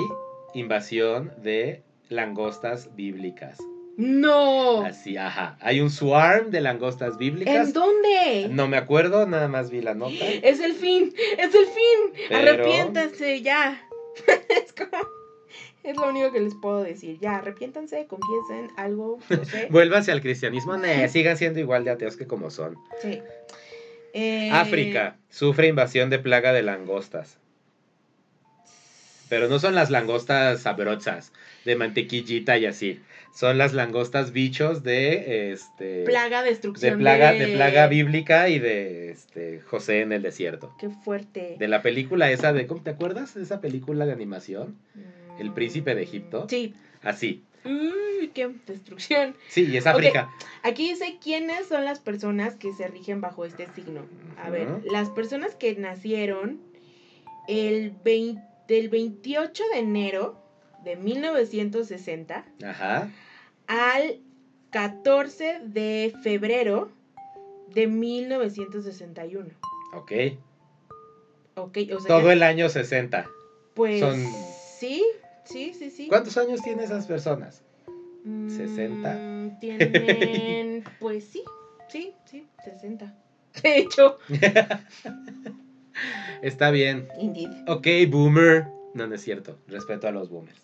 Speaker 2: invasión de langostas bíblicas.
Speaker 1: No.
Speaker 2: Así, ajá. Hay un swarm de langostas bíblicas.
Speaker 1: ¿En dónde?
Speaker 2: No me acuerdo, nada más vi la nota.
Speaker 1: (laughs) Es el fin, es el fin.
Speaker 2: Pero-
Speaker 1: Arrepiéntanse ya. (laughs) es como- es lo único que les puedo decir. Ya, arrepiéntanse, confiesen algo,
Speaker 2: (laughs)
Speaker 1: no sé.
Speaker 2: Vuélvanse al cristianismo, nee, sigan siendo igual de ateos que como son.
Speaker 1: Sí. Eh,
Speaker 2: África sufre invasión de plaga de langostas. Pero no son las langostas sabrosas de mantequillita y así. Son las langostas bichos de este
Speaker 1: Eh, Plaga,
Speaker 2: de
Speaker 1: destrucción.
Speaker 2: plaga de plaga bíblica y de este José en el desierto.
Speaker 1: Qué fuerte.
Speaker 2: De la película esa de ¿cómo- ¿te acuerdas de esa película de animación? El príncipe de Egipto.
Speaker 1: Sí.
Speaker 2: Así.
Speaker 1: Mm. Uy, qué, destrucción.
Speaker 2: Sí, y es África.
Speaker 1: Aquí dice quiénes son las personas que se rigen bajo este signo. A ver,
Speaker 2: Ujú.
Speaker 1: las personas que nacieron el 20 del 28 de enero de 1960
Speaker 2: Ajá.
Speaker 1: al 14 de febrero de 1961.
Speaker 2: Ok.
Speaker 1: Ok, o sea,
Speaker 2: Todo
Speaker 1: ya-
Speaker 2: el año 60.
Speaker 1: pues
Speaker 2: son-
Speaker 1: sí, sí, sí, sí.
Speaker 2: ¿Cuántos años tienen esas personas?
Speaker 1: Mm,
Speaker 2: 60.
Speaker 1: Tienen, pues sí, sí, sí, 60. De hecho,
Speaker 2: Está bien.
Speaker 1: indeed.
Speaker 2: Ok, boomer. No, no es cierto. Respeto a los boomers.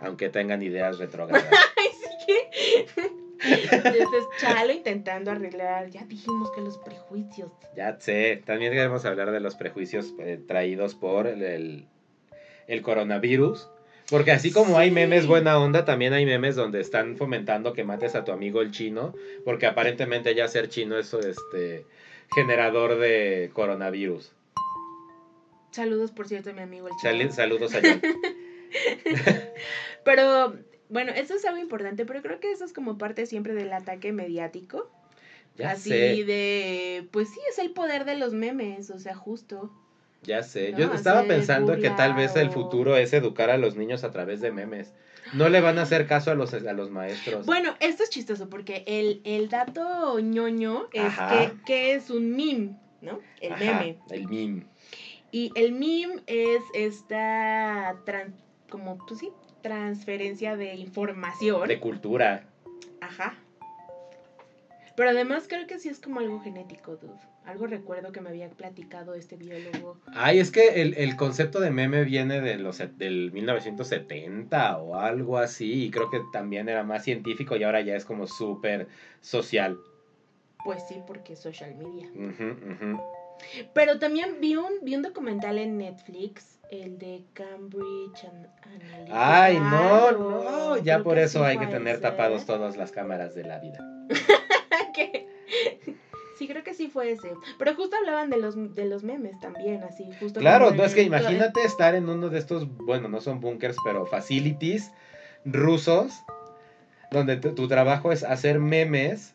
Speaker 2: Aunque tengan ideas
Speaker 1: (laughs)
Speaker 2: retrógradas.
Speaker 1: (laughs) Así que. (laughs) Entonces, Chalo intentando arreglar. Ya dijimos que los prejuicios.
Speaker 2: ya sé. También queremos hablar de los prejuicios eh, traídos por el, el- el coronavirus. Porque así como hay
Speaker 1: Sí.
Speaker 2: memes buena onda, también hay memes donde están fomentando que mates a tu amigo el chino. Porque aparentemente ya ser chino es este generador de coronavirus.
Speaker 1: Saludos, por cierto, a mi amigo el
Speaker 2: Chale-
Speaker 1: Chalo.
Speaker 2: saludos a
Speaker 1: (laughs)
Speaker 2: John.
Speaker 1: Pero. Bueno, eso es algo importante, pero creo que eso es como parte siempre del ataque mediático.
Speaker 2: Ya
Speaker 1: así
Speaker 2: sé.
Speaker 1: de, pues sí, es el poder de los memes, o sea, justo.
Speaker 2: Ya sé,
Speaker 1: ¿no?
Speaker 2: yo
Speaker 1: Así
Speaker 2: estaba
Speaker 1: de
Speaker 2: pensando que tal vez el
Speaker 1: burlao.
Speaker 2: futuro es educar a los niños a través de memes. No le van a hacer caso a los, a los maestros.
Speaker 1: Bueno, esto es chistoso porque el, el dato ñoño es
Speaker 2: Ajá.
Speaker 1: que, que es un meme, ¿no? El
Speaker 2: Ajá,
Speaker 1: meme.
Speaker 2: El meme.
Speaker 1: Y el meme es esta tran- como pues sí, transferencia de información.
Speaker 2: De cultura.
Speaker 1: Ajá. Pero además creo que sí es como algo genético, dude. Algo recuerdo que me había platicado este biólogo.
Speaker 2: Ay, es que el, el concepto de meme viene de los, set- del 1970 o algo así. Y creo que también era más científico y ahora ya es como súper social.
Speaker 1: Pues sí, porque es social media.
Speaker 2: Ujú, ujú.
Speaker 1: Pero también vi un, vi un documental en Netflix, el de Cambridge An- Analytica.
Speaker 2: Ay, no,
Speaker 1: algo.
Speaker 2: no. Ya
Speaker 1: Creo
Speaker 2: por
Speaker 1: que
Speaker 2: eso
Speaker 1: sí
Speaker 2: hay que
Speaker 1: fue
Speaker 2: tener
Speaker 1: ese.
Speaker 2: tapados todas las cámaras de la vida.
Speaker 1: que- Sí, creo que sí fue ese. Pero justo hablaban de los, de los memes también, así, justo.
Speaker 2: Claro,
Speaker 1: como
Speaker 2: no es que
Speaker 1: en-
Speaker 2: imagínate estar en uno de estos, bueno, no son bunkers, pero facilities rusos, donde tu, tu trabajo es hacer memes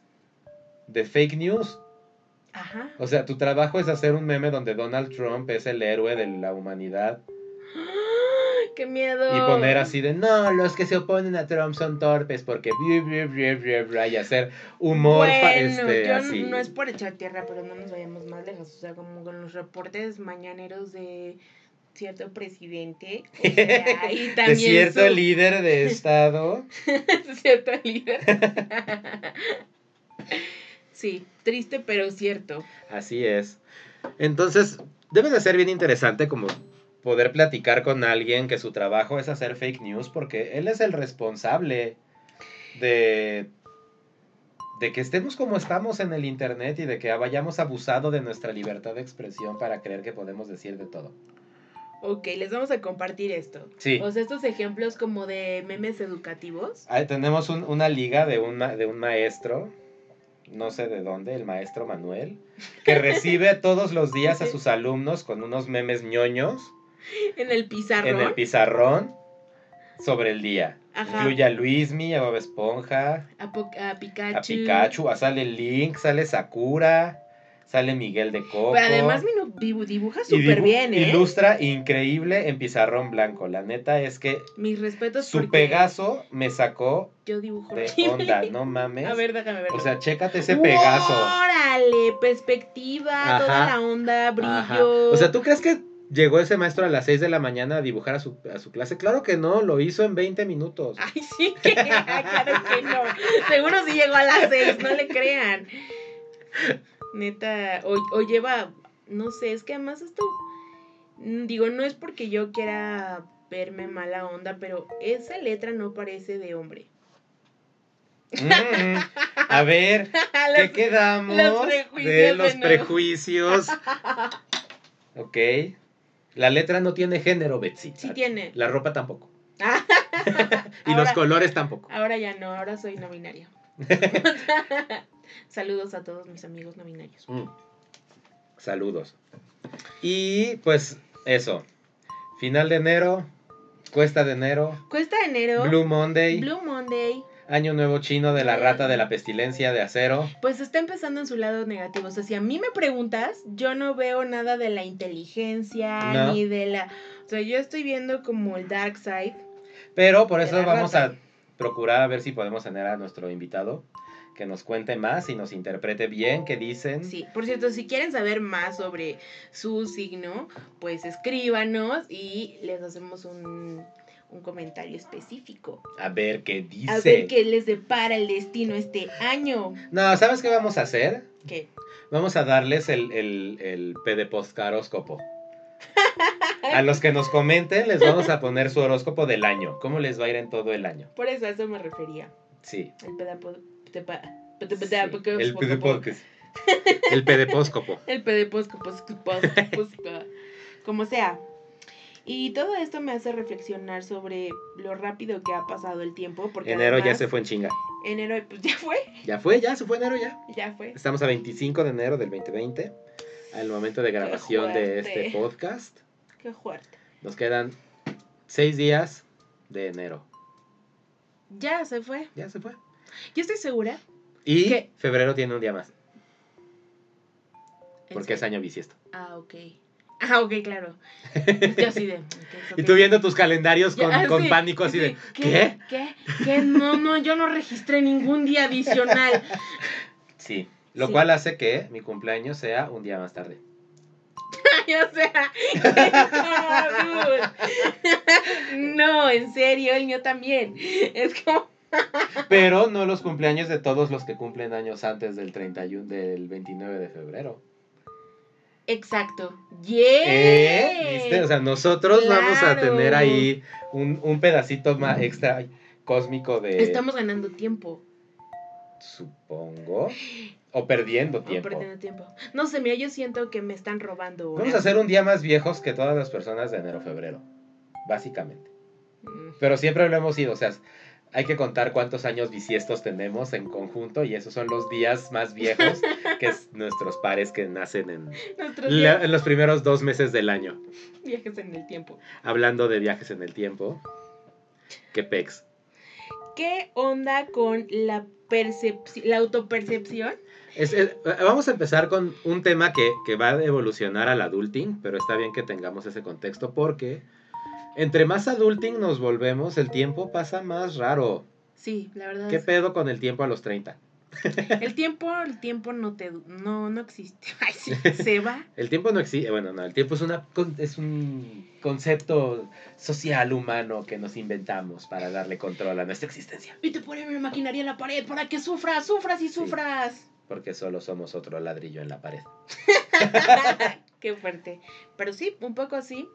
Speaker 2: de fake news.
Speaker 1: Ajá.
Speaker 2: O sea, tu trabajo es hacer un meme donde Donald Trump es el héroe de la humanidad
Speaker 1: ¡Qué miedo!
Speaker 2: y poner así de, no, los que se oponen a Trump son torpes porque bri, bri, bri, bri, bri", y hacer humor fa-
Speaker 1: Bueno,
Speaker 2: este,
Speaker 1: yo n-
Speaker 2: así.
Speaker 1: no es por echar tierra, pero no nos vayamos más lejos. O sea, como con los reportes mañaneros de cierto presidente.
Speaker 2: (laughs)
Speaker 1: o sea, y también
Speaker 2: de cierto
Speaker 1: su-
Speaker 2: líder
Speaker 1: (laughs)
Speaker 2: de estado.
Speaker 1: cierto líder. (laughs) sí, triste pero cierto.
Speaker 2: Así es. Entonces, debe de ser bien interesante como poder platicar con alguien que su trabajo es hacer fake news porque él es el responsable de de que estemos como estamos en el internet y de que vayamos abusado de nuestra libertad de expresión para creer que podemos decir de todo.
Speaker 1: Ok, les vamos a compartir esto.
Speaker 2: Sí.
Speaker 1: O sea, estos ejemplos como de memes educativos. (laughs)
Speaker 2: Ahí tenemos un- una liga de un, ma- de un maestro, no sé de dónde, el maestro Manuel, que recibe todos los días a sus alumnos con unos memes ñoños
Speaker 1: En el pizarrón.
Speaker 2: en el pizarrón sobre el día.
Speaker 1: Ajá.
Speaker 2: Incluye a Luismi, a Bob Esponja,
Speaker 1: A, Po- a Pikachu.
Speaker 2: a Pikachu, a sale Link, sale Sakura, sale Miguel de Coco.
Speaker 1: Pero además minu- dibu- dibuja
Speaker 2: Y dibu-
Speaker 1: súper bien, ¿eh?
Speaker 2: Ilustra increíble en pizarrón blanco. La neta es que
Speaker 1: Mis respetos
Speaker 2: su
Speaker 1: porque
Speaker 2: Pegaso me sacó
Speaker 1: yo dibujo
Speaker 2: de
Speaker 1: (laughs) horrible.
Speaker 2: onda, no mames.
Speaker 1: (laughs) A ver, déjame verlo.
Speaker 2: o sea, chécate ese Pegaso.
Speaker 1: ¡Órale! Perspectiva, toda
Speaker 2: Ajá.
Speaker 1: la onda, brillo.
Speaker 2: Ajá. O sea, ¿tú crees que llegó ese maestro a las 6 de la mañana a dibujar a su, a su clase? Claro que no, lo hizo en 20 minutos.
Speaker 1: Ay, sí, (laughs) que claro que no. Seguro sí llegó a las seis, no le crean. Neta, o, o lleva, no sé, es que además esto, mm, digo, no es porque yo quiera verme mala onda, pero esa letra no parece de hombre. (laughs)
Speaker 2: Mm, a ver, ¿qué
Speaker 1: Las-
Speaker 2: quedamos
Speaker 1: los prejuicios
Speaker 2: de los
Speaker 1: de nuevo. (laughs)
Speaker 2: prejuicios? Ok. La letra no tiene género, Betsy.
Speaker 1: sí tiene.
Speaker 2: La ropa
Speaker 1: (laughs)
Speaker 2: tampoco. y los
Speaker 1: Ahora-
Speaker 2: colores tampoco.
Speaker 1: Ahora ya no, ahora soy no
Speaker 2: (laughs)
Speaker 1: binaria. Saludos a todos mis amigos no binarios.
Speaker 2: Mm. Saludos. Y pues eso. Final de enero, cuesta de enero,
Speaker 1: Cuesta de enero,
Speaker 2: Blue Monday,
Speaker 1: Blue Monday,
Speaker 2: Año Nuevo Chino de la Rata de la Pestilencia de Acero.
Speaker 1: Pues está empezando en su lado negativo. O sea, si a mí me preguntas, yo no veo nada de la inteligencia
Speaker 2: No.
Speaker 1: ni de la. O sea, yo estoy viendo como el dark side.
Speaker 2: Pero por
Speaker 1: de
Speaker 2: eso
Speaker 1: la
Speaker 2: vamos
Speaker 1: rata.
Speaker 2: a procurar a ver si podemos tener a nuestro invitado que nos cuente más y nos interprete bien qué dicen.
Speaker 1: Sí, por cierto, si quieren saber más sobre su signo, pues escríbanos y les hacemos un, un comentario específico.
Speaker 2: A ver qué dice.
Speaker 1: A ver qué les depara el destino este año.
Speaker 2: No, ¿sabes qué vamos a hacer?
Speaker 1: ¿Qué?
Speaker 2: Vamos a darles el, el, el P de postcaróscopo. A los que nos comenten les vamos a poner su horóscopo del año. ¿Cómo les va a ir en todo el año?
Speaker 1: Por eso a eso me refería.
Speaker 2: Sí.
Speaker 1: El pedapo- tepa-
Speaker 2: sí.
Speaker 1: pete- pete- porque-
Speaker 2: El P de
Speaker 1: porque-
Speaker 2: podcast. El P de póscopo.
Speaker 1: El pedepusco, pusco,
Speaker 2: (laughs)
Speaker 1: pusco, pusco, como sea. Y todo esto me hace reflexionar sobre lo rápido que ha pasado el tiempo. Porque
Speaker 2: Enero ya
Speaker 1: además,
Speaker 2: se fue en chinga.
Speaker 1: Enero, pues ya fue,
Speaker 2: Ya fue, ya se fue enero ya.
Speaker 1: ya fue.
Speaker 2: Estamos a 25 de enero del 2020, al momento de grabación de
Speaker 1: fuerte.
Speaker 2: este podcast.
Speaker 1: Qué fuerte.
Speaker 2: Nos quedan 6 días de enero.
Speaker 1: Ya se fue.
Speaker 2: Ya se fue.
Speaker 1: Yo estoy segura.
Speaker 2: Y
Speaker 1: ¿Qué?
Speaker 2: febrero tiene un día más,
Speaker 1: En
Speaker 2: porque es
Speaker 1: serio.
Speaker 2: año bisiesto.
Speaker 1: Ah, ok. (laughs) Ah, ok, claro. Yo así de. ok, ok.
Speaker 2: Y tú viendo tus calendarios
Speaker 1: Ya,
Speaker 2: con,
Speaker 1: ah,
Speaker 2: con
Speaker 1: sí,
Speaker 2: pánico así
Speaker 1: sí,
Speaker 2: de,
Speaker 1: ¿Qué?
Speaker 2: ¿qué?
Speaker 1: ¿Qué? ¿Qué? No, no, yo no registré ningún día adicional.
Speaker 2: Sí. Lo
Speaker 1: Sí.
Speaker 2: cual hace que mi cumpleaños sea un día más tarde.
Speaker 1: (laughs) o sea, no, en serio, el mío también. Es como,
Speaker 2: Pero no los cumpleaños de todos los que cumplen años antes del 31 del 29 de febrero.
Speaker 1: exacto.
Speaker 2: ¿Eh? ¿Viste? O
Speaker 1: ¡Yeah!
Speaker 2: sea, nosotros vamos a
Speaker 1: Claro.
Speaker 2: tener ahí un, un pedacito más extra cósmico de.
Speaker 1: Estamos ganando tiempo.
Speaker 2: Supongo. O perdiendo
Speaker 1: No,
Speaker 2: tiempo.
Speaker 1: perdiendo tiempo. No sé, mira, yo siento que me están robando.
Speaker 2: Vamos
Speaker 1: ahora.
Speaker 2: a ser un día más viejos que todas las personas de enero-febrero. Básicamente.
Speaker 1: Mm.
Speaker 2: Pero siempre lo hemos sido. O sea, hay que contar cuántos años bisiestos tenemos en conjunto. Y esos son los días más viejos que es nuestros pares que nacen en,
Speaker 1: Nuestros
Speaker 2: la-
Speaker 1: viajes-
Speaker 2: en los primeros dos meses del año.
Speaker 1: viajes en el tiempo.
Speaker 2: Hablando de viajes en el tiempo. Que pex.
Speaker 1: ¿Qué onda con la percepción, la autopercepción?
Speaker 2: Es- es- vamos a empezar con un tema que, que va a evolucionar al adulting, pero está bien que tengamos ese contexto porque entre más adulting nos volvemos, el tiempo pasa más raro.
Speaker 1: Sí, la verdad.
Speaker 2: ¿Qué
Speaker 1: es-
Speaker 2: pedo con el tiempo a los 30?
Speaker 1: el tiempo, el tiempo no te, du- no, no existe. (laughs) Ay, sí, se va.
Speaker 2: El tiempo no existe, bueno, no, el tiempo es, una, con- es un concepto social humano que nos inventamos para darle control a nuestra existencia,
Speaker 1: Y te ponen una maquinaria en la pared para que sufras, sufras y
Speaker 2: Sí.
Speaker 1: sufras.
Speaker 2: porque solo somos otro ladrillo en la pared.
Speaker 1: Qué fuerte. Pero sí, un poco así.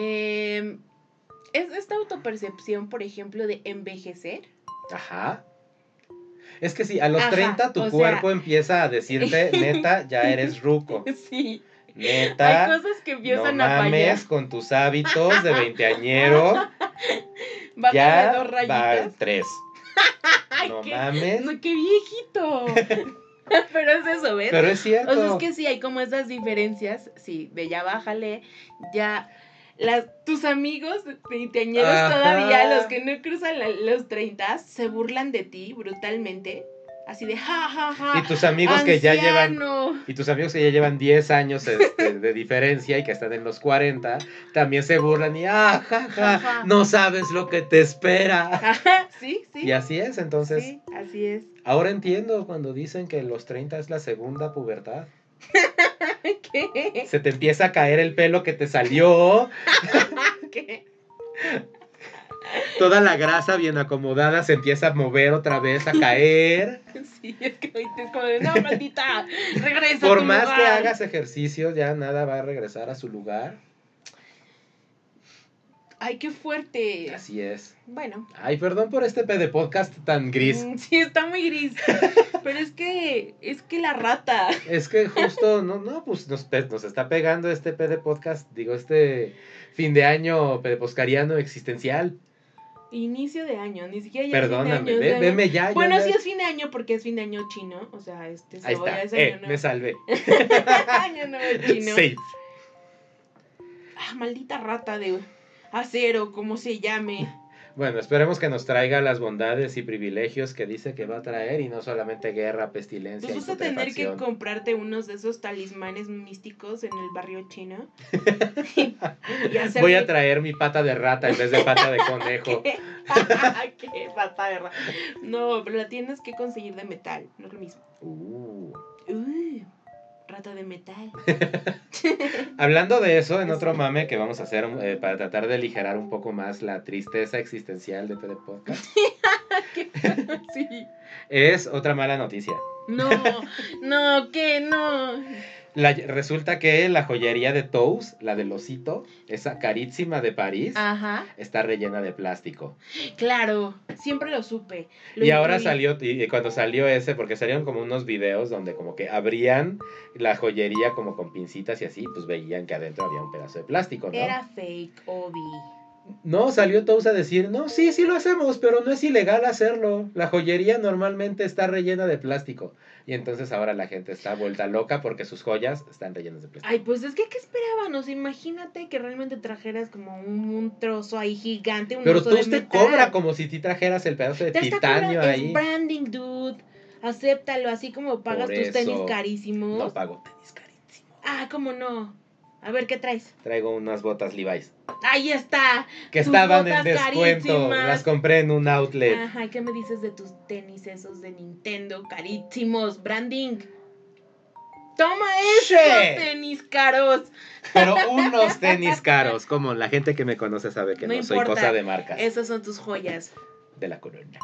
Speaker 1: Eh, es esta autopercepción, por ejemplo, de envejecer.
Speaker 2: Ajá. Es que sí, a los
Speaker 1: Ajá,
Speaker 2: 30 tu
Speaker 1: o sea-
Speaker 2: cuerpo empieza a
Speaker 1: (laughs)
Speaker 2: decirte, neta, ya eres ruco.
Speaker 1: (laughs) Sí. Hay
Speaker 2: Neta,
Speaker 1: cosas que
Speaker 2: no
Speaker 1: empiezan a fallar.
Speaker 2: mames con tus hábitos de
Speaker 1: (laughs)
Speaker 2: veinteañero.
Speaker 1: Bájale
Speaker 2: ya
Speaker 1: dos
Speaker 2: va
Speaker 1: rayitas.
Speaker 2: tres.
Speaker 1: (laughs) Ay,
Speaker 2: no
Speaker 1: qué,
Speaker 2: mames.
Speaker 1: no, qué viejito. (laughs) Pero es eso, ¿ves?
Speaker 2: pero es cierto.
Speaker 1: O sea, es que sí, hay como esas diferencias, sí, de ya bájale, ya... Las, tus amigos veinteañeros
Speaker 2: Ajá.
Speaker 1: todavía, los que no cruzan la- los 30, se burlan de ti brutalmente. Así de ja, ja, ja.
Speaker 2: Y tus amigos que ya llevan.
Speaker 1: anciano".
Speaker 2: Y tus amigos que ya llevan 10 años este, de diferencia y que están en los 40, también se burlan y ah, ja, ja,
Speaker 1: Ajá.
Speaker 2: no sabes lo que te espera.
Speaker 1: Ajá, sí, sí.
Speaker 2: Y así es, entonces,
Speaker 1: sí, así es. (laughs)
Speaker 2: ahora entiendo cuando dicen que los 30 es la segunda pubertad.
Speaker 1: ¿Qué?
Speaker 2: Se te empieza a caer el pelo que te salió,
Speaker 1: ¿Qué?
Speaker 2: toda la grasa bien acomodada se empieza a mover otra vez, a
Speaker 1: (laughs)
Speaker 2: caer.
Speaker 1: Sí, es que ahorita es como de, no, maldita, regresa. a
Speaker 2: Por
Speaker 1: tu
Speaker 2: más que
Speaker 1: lugar".
Speaker 2: hagas ejercicio, ya nada va a regresar a su lugar.
Speaker 1: Ay, qué fuerte.
Speaker 2: Así es.
Speaker 1: Bueno.
Speaker 2: Ay, perdón por este pe de podcast tan gris.
Speaker 1: Mm, Sí, está
Speaker 2: (laughs)
Speaker 1: muy gris. Pero es que, es que la rata.
Speaker 2: Es que justo, (laughs) no, no, pues nos, pe- nos está pegando este pe de podcast, digo, este fin de año pedeposcariano existencial.
Speaker 1: Inicio de año, ni siquiera ya es fin de
Speaker 2: Perdóname,
Speaker 1: año, o
Speaker 2: ve-
Speaker 1: sea,
Speaker 2: veme ya. ya,
Speaker 1: Bueno,
Speaker 2: ya.
Speaker 1: sí es fin de año porque es fin de año chino. O sea, este
Speaker 2: Ahí
Speaker 1: sábado
Speaker 2: está,
Speaker 1: ya es
Speaker 2: eh,
Speaker 1: año
Speaker 2: (laughs)
Speaker 1: nuevo. (laughs)
Speaker 2: me salvé.
Speaker 1: año nuevo
Speaker 2: (laughs)
Speaker 1: chino.
Speaker 2: Seis.
Speaker 1: Ah, maldita rata de acero, como se llame.
Speaker 2: Bueno, esperemos que nos traiga las bondades y privilegios que dice que va a traer y no solamente guerra, pestilencia
Speaker 1: Pues vas
Speaker 2: y
Speaker 1: a tener que
Speaker 2: putrefacción.
Speaker 1: comprarte unos de esos talismanes místicos en el barrio
Speaker 2: (laughs)
Speaker 1: chino. y hacer
Speaker 2: Voy a traer mi pata de rata en vez de pata de conejo.
Speaker 1: (laughs) ¿Qué? Qué pata de ra- No, pero la tienes que conseguir de metal, no es lo mismo.
Speaker 2: Uh.
Speaker 1: Uh, rata de metal.
Speaker 2: Hablando de eso, en
Speaker 1: Así.
Speaker 2: otro mame que vamos a hacer eh, para tratar de aligerar un poco más la tristeza existencial de Telepodcast,
Speaker 1: (laughs) Sí.
Speaker 2: es otra mala noticia.
Speaker 1: No, no, que no.
Speaker 2: La- resulta que la joyería de Tous, la del osito, esa carísima de París,
Speaker 1: Ajá,
Speaker 2: está rellena de plástico.
Speaker 1: claro, siempre lo supe. Lo
Speaker 2: y ahora
Speaker 1: intuí.
Speaker 2: salió, y y cuando salió ese, porque salieron como unos videos donde como que abrían la joyería como con pincitas y así, pues veían que adentro había un pedazo de plástico, ¿no?
Speaker 1: Era fake, Obi.
Speaker 2: No, salió Tous a decir, no, sí, sí lo hacemos, pero no es ilegal hacerlo. La joyería normalmente está rellena de plástico. Y entonces ahora la gente está vuelta loca porque sus joyas están rellenas de plástico.
Speaker 1: Ay, pues es que, ¿qué esperábamos? Imagínate que realmente trajeras como un, un trozo ahí gigante, un
Speaker 2: pero
Speaker 1: oso
Speaker 2: Tous
Speaker 1: de
Speaker 2: te
Speaker 1: metal.
Speaker 2: cobra como si te trajeras el pedazo de
Speaker 1: Te está cobrando-
Speaker 2: titanio ahí.
Speaker 1: Es branding, dude. Acéptalo, así como pagas
Speaker 2: Por
Speaker 1: tus tenis
Speaker 2: eso.
Speaker 1: carísimos.
Speaker 2: No pago tenis carísimo.
Speaker 1: Ah, ¿cómo no? A ver, ¿qué traes?
Speaker 2: Traigo unas botas Levi's
Speaker 1: ¡Ahí está!
Speaker 2: que
Speaker 1: Tus
Speaker 2: estaban en
Speaker 1: botas
Speaker 2: descuento.
Speaker 1: carísimas.
Speaker 2: Las compré en un outlet.
Speaker 1: Ajá, ¿qué me dices de tus tenis esos de Nintendo carísimos? Branding. ¡Toma esos
Speaker 2: Sí.
Speaker 1: tenis caros!
Speaker 2: Pero unos tenis caros, como la gente que me conoce sabe que
Speaker 1: No
Speaker 2: no, soy
Speaker 1: importa.
Speaker 2: cosa de marcas.
Speaker 1: Esas son
Speaker 2: (laughs)
Speaker 1: tus joyas. (laughs)
Speaker 2: De la corona.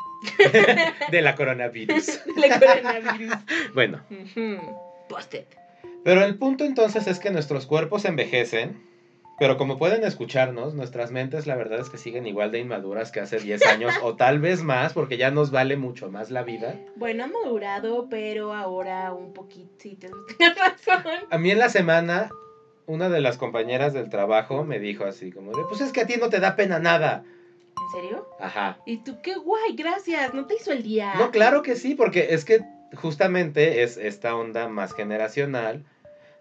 Speaker 2: (laughs) de la coronavirus.
Speaker 1: Le coronavirus.
Speaker 2: Bueno.
Speaker 1: Ujú. Busted.
Speaker 2: Pero el punto entonces es que nuestros cuerpos envejecen, pero como pueden escucharnos, nuestras mentes la verdad es que siguen igual de inmaduras que hace 10 años o tal vez más, porque ya nos vale mucho más la vida.
Speaker 1: Bueno, ha madurado, pero ahora un poquito. Sí, (laughs) tienes razón.
Speaker 2: A mí en la semana, una de las compañeras del trabajo me dijo así como de, pues es que a ti no te da pena nada.
Speaker 1: ¿En serio?
Speaker 2: Ajá.
Speaker 1: Y tú, qué guay, gracias. No te hizo el día.
Speaker 2: No, claro que sí, porque es que justamente es esta onda más generacional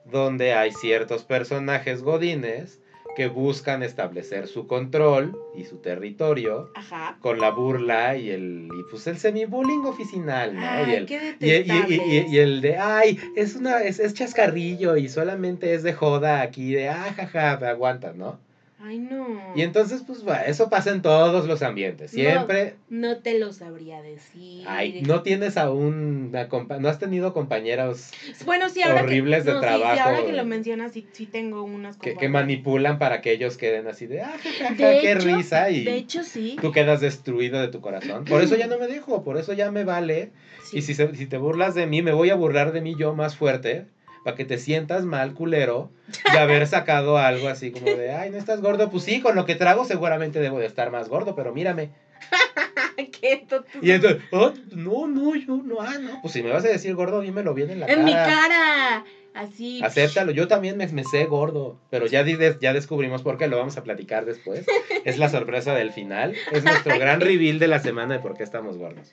Speaker 2: donde hay ciertos personajes godines que buscan establecer su control y su territorio
Speaker 1: Ajá.
Speaker 2: con la burla y el y pues el semibullying oficinal, ¿no?
Speaker 1: Ay,
Speaker 2: y el
Speaker 1: qué
Speaker 2: y, y- y-
Speaker 1: detestable.
Speaker 2: y- y el de ay, es una es, es chascarrillo y solamente es de joda aquí de ah, jaja, aguanta, ¿no?
Speaker 1: Ay, no.
Speaker 2: Y entonces pues va, eso pasa en todos los ambientes,
Speaker 1: Mm. No.
Speaker 2: siempre
Speaker 1: No te lo sabría decir.
Speaker 2: Ay, no tienes aún una compa- no has tenido compañeros
Speaker 1: Bueno, sí, ahora
Speaker 2: Horribles
Speaker 1: que,
Speaker 2: de
Speaker 1: no, sí, Sí,
Speaker 2: trabajo.
Speaker 1: ahora que lo mencionas, sí, sí tengo unas
Speaker 2: que, que
Speaker 1: compañeras.
Speaker 2: manipulan para que ellos queden así de, ah, ja, ja, ja,
Speaker 1: De
Speaker 2: qué
Speaker 1: hecho,
Speaker 2: risa, y
Speaker 1: De hecho, sí.
Speaker 2: tú quedas destruido de tu corazón. Por eso ya no me dejo, por eso ya me vale.
Speaker 1: sí.
Speaker 2: Y si, se- si te burlas de mí, me voy a burlar de mí yo más fuerte, para que te sientas mal, culero, de
Speaker 1: (laughs)
Speaker 2: haber sacado algo así como de, ay, no estás gordo. Pues sí, con lo que trago seguramente debo de estar más gordo, pero mírame.
Speaker 1: Qué tonto.
Speaker 2: Y entonces, "Ah, no, no, yo no, ah, no. Pues si me vas a decir gordo, dímelo bien en la
Speaker 1: en mi cara. Así. (laughs)
Speaker 2: Acéptalo, yo también me, me sé gordo, pero ya, di- des- ya descubrimos por qué, lo vamos a platicar
Speaker 1: (laughs)
Speaker 2: después. Es la sorpresa del final, es nuestro gran reveal de la semana de por qué estamos gordos.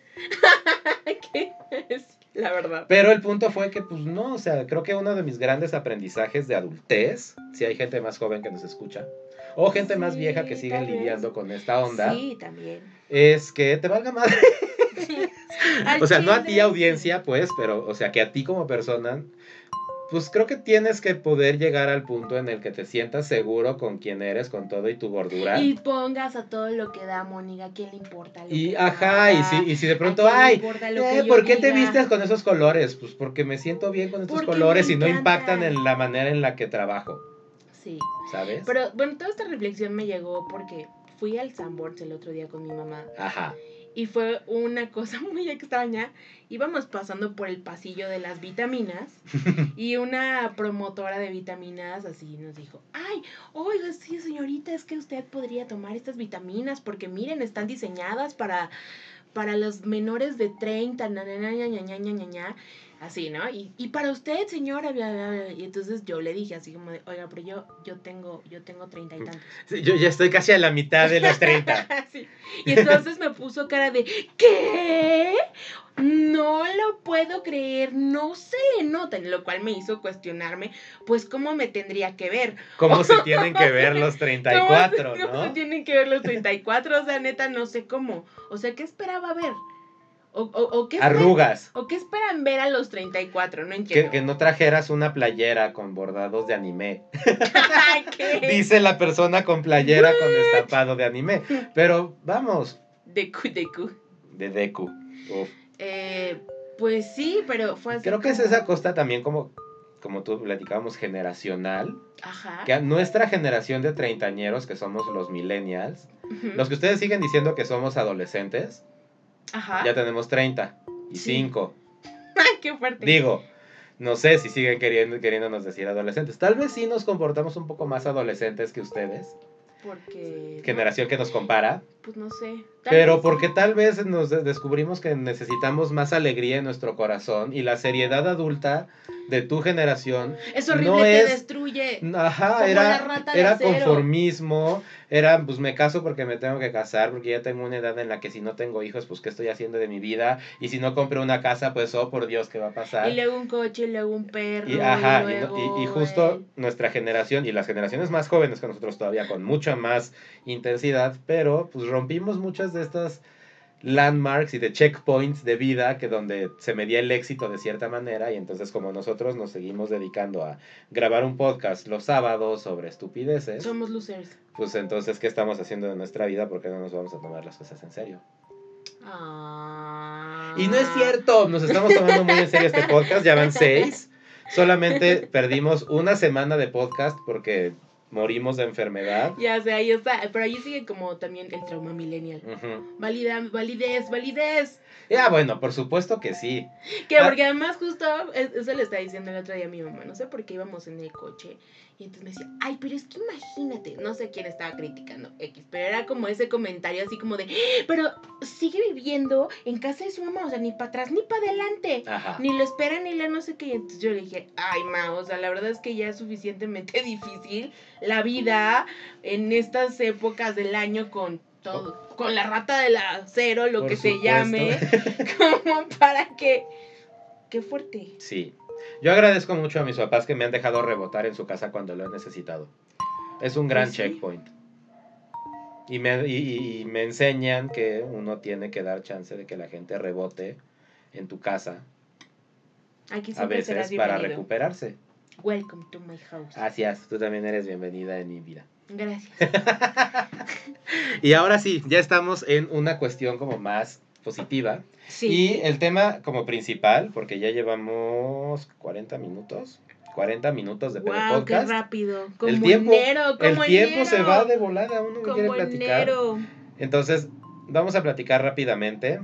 Speaker 1: ¿Qué es? La verdad.
Speaker 2: Pero el punto fue que, pues no, o sea, creo que uno de mis grandes aprendizajes de adultez, si hay gente más joven que nos escucha, o gente más
Speaker 1: Sí,
Speaker 2: vieja que sigue
Speaker 1: tal vez.
Speaker 2: lidiando con esta onda,
Speaker 1: Sí, también.
Speaker 2: es que te valga madre.
Speaker 1: Al
Speaker 2: O sea, no a ti
Speaker 1: chile,
Speaker 2: audiencia, pues, pero, o sea, que a ti como persona, pues creo que tienes que poder llegar al punto en el que te sientas seguro con quién eres, con todo y tu gordura.
Speaker 1: Y
Speaker 2: Y,
Speaker 1: pongas a todo lo que da, Mónica. ¿A quién le importa? Lo que
Speaker 2: ajá, y
Speaker 1: haga?
Speaker 2: si, y si de
Speaker 1: ¿A
Speaker 2: pronto,
Speaker 1: quién le
Speaker 2: ay,
Speaker 1: importa lo
Speaker 2: eh,
Speaker 1: que yo
Speaker 2: ¿por qué te
Speaker 1: diga?
Speaker 2: vistes con esos colores? Pues porque me siento bien con estos
Speaker 1: Porque me
Speaker 2: colores y no impactan
Speaker 1: encantan.
Speaker 2: en la manera en la que trabajo,
Speaker 1: Sí.
Speaker 2: ¿sabes?
Speaker 1: Pero bueno, toda esta reflexión me llegó porque fui al Sanborns el otro día con mi mamá
Speaker 2: Ajá.
Speaker 1: y fue una cosa (laughs) muy extraña. Íbamos pasando por el pasillo de las vitaminas y una promotora de vitaminas así nos dijo, ay, oiga, sí señorita, es que usted podría tomar estas vitaminas porque miren, están diseñadas para, para los menores de 30, na, na, na, ña, ña, ña, ña, ña, ña", así, ¿no? Y, y para usted, señora, bla, bla, bla". y entonces yo le dije así como de, oiga, pero yo, yo tengo, yo tengo 30 y tantos.
Speaker 2: Sí, Yo ya estoy casi a la mitad de los 30.
Speaker 1: (laughs) Sí. Y entonces me puso cara de, ¿qué? No lo puedo puedo creer, no se le notan, lo cual me hizo cuestionarme, pues, cómo me tendría que ver.
Speaker 2: ¿Cómo se tienen que ver los
Speaker 1: (laughs) ¿Cómo (laughs)
Speaker 2: 34,
Speaker 1: se- cómo se
Speaker 2: no?
Speaker 1: tienen que ver los 34? O sea, neta, no sé cómo. O sea, ¿qué esperaba ver? O, o, o qué esper-
Speaker 2: Arrugas.
Speaker 1: ¿O qué esperan ver a los 34? No
Speaker 2: Que,
Speaker 1: entiendo.
Speaker 2: que no trajeras una playera con bordados de
Speaker 1: (laughs)
Speaker 2: anime.
Speaker 1: Ay, ¿qué?
Speaker 2: (laughs) Dice la persona con playera con estampado de
Speaker 1: (laughs)
Speaker 2: anime. Pero vamos,
Speaker 1: De cu, de cu.
Speaker 2: de Deku. Uf.
Speaker 1: Eh, pues sí, pero fue así.
Speaker 2: Creo que es
Speaker 1: como-
Speaker 2: esa costa también como, como tú platicábamos, generacional.
Speaker 1: Ajá.
Speaker 2: Que a nuestra generación de treintañeros, que somos los millennials,
Speaker 1: Ujú.
Speaker 2: los que ustedes siguen diciendo que somos adolescentes,
Speaker 1: Ajá.
Speaker 2: ya tenemos 30 y
Speaker 1: Ah. Sí.
Speaker 2: 5.
Speaker 1: Ay, qué fuerte.
Speaker 2: Digo, no sé si siguen queriendo, queriéndonos decir adolescentes. Tal vez sí nos comportamos un poco más adolescentes que ustedes,
Speaker 1: Porque.
Speaker 2: generación que nos compara,
Speaker 1: Pues no sé. Tal
Speaker 2: pero
Speaker 1: vez
Speaker 2: porque
Speaker 1: sí.
Speaker 2: tal vez nos de- descubrimos que necesitamos más alegría en nuestro corazón y la seriedad adulta de tu generación
Speaker 1: Es horrible,
Speaker 2: no
Speaker 1: te
Speaker 2: es-
Speaker 1: destruye.
Speaker 2: Ajá,
Speaker 1: Eh, Como la
Speaker 2: era,
Speaker 1: rata de
Speaker 2: era
Speaker 1: acero.
Speaker 2: conformismo, era pues me caso porque me tengo que casar, porque ya tengo una edad en la que si no tengo hijos, pues qué estoy haciendo de mi vida, y si no compro una casa, pues oh por Dios, ¿qué va a pasar?
Speaker 1: Y luego un coche, y luego un perro.
Speaker 2: Y, ajá, y, no-
Speaker 1: luego
Speaker 2: y- y
Speaker 1: el-
Speaker 2: justo nuestra generación y las generaciones más jóvenes que nosotros todavía con mucha más intensidad, pero pues rompimos muchas de estas landmarks y de checkpoints de vida que donde se medía el éxito de cierta manera y entonces como nosotros nos seguimos dedicando a grabar un podcast los sábados sobre estupideces,
Speaker 1: Somos losers.
Speaker 2: pues entonces ¿qué estamos haciendo de nuestra vida? Porque no nos vamos a tomar las cosas en serio.
Speaker 1: Ah.
Speaker 2: Y no es cierto, nos estamos tomando muy en serio este podcast, ya
Speaker 1: (laughs)
Speaker 2: van seis. Solamente perdimos una semana de podcast porque morimos de enfermedad.
Speaker 1: Ya sé, ahí está. Pero ahí sigue como también el trauma millennial.
Speaker 2: Ujú.
Speaker 1: Valida, validez, validez.
Speaker 2: Ya, bueno, por supuesto que sí.
Speaker 1: Que
Speaker 2: Ah.
Speaker 1: porque además justo es- eso le estaba diciendo el otro día a mi mamá, no sé por qué íbamos en el coche y entonces me decía, ay, pero es que imagínate, no sé quién estaba criticando X, pero era como ese comentario así como de, "Ah, pero sigue viviendo en casa de su mamá, o sea, ni para atrás ni para adelante.
Speaker 2: Ajá.
Speaker 1: Ni lo espera ni la no sé qué. Y entonces yo le dije, ay, ma, o sea, la verdad es que ya es suficientemente (laughs) difícil la vida en estas épocas del año con todo, con la rata del acero, lo
Speaker 2: Por
Speaker 1: que
Speaker 2: supuesto.
Speaker 1: se
Speaker 2: (laughs)
Speaker 1: llame, como para que. Qué fuerte.
Speaker 2: Sí. Yo agradezco mucho a mis papás que me han dejado rebotar en su casa cuando lo he necesitado. Es un gran
Speaker 1: Pues sí.
Speaker 2: checkpoint. Y me, y- y- y me enseñan que uno tiene que dar chance de que la gente rebote en tu casa
Speaker 1: Aquí
Speaker 2: a
Speaker 1: siempre serás
Speaker 2: veces para Ah.
Speaker 1: bienvenido.
Speaker 2: recuperarse.
Speaker 1: Welcome to my house.
Speaker 2: Gracias, tú también eres bienvenida en mi vida.
Speaker 1: Gracias.
Speaker 2: (laughs) Y ahora sí, ya estamos en una cuestión como más positiva.
Speaker 1: Sí.
Speaker 2: Y el tema como principal, porque ya llevamos 40 minutos, 40 minutos de Pede
Speaker 1: wow, qué
Speaker 2: podcast.
Speaker 1: rápido. Como
Speaker 2: tiempo-
Speaker 1: enero, como
Speaker 2: el tiempo
Speaker 1: enero.
Speaker 2: se va de volada, uno no quiere
Speaker 1: como
Speaker 2: platicar.
Speaker 1: enero.
Speaker 2: Entonces, vamos a platicar rápidamente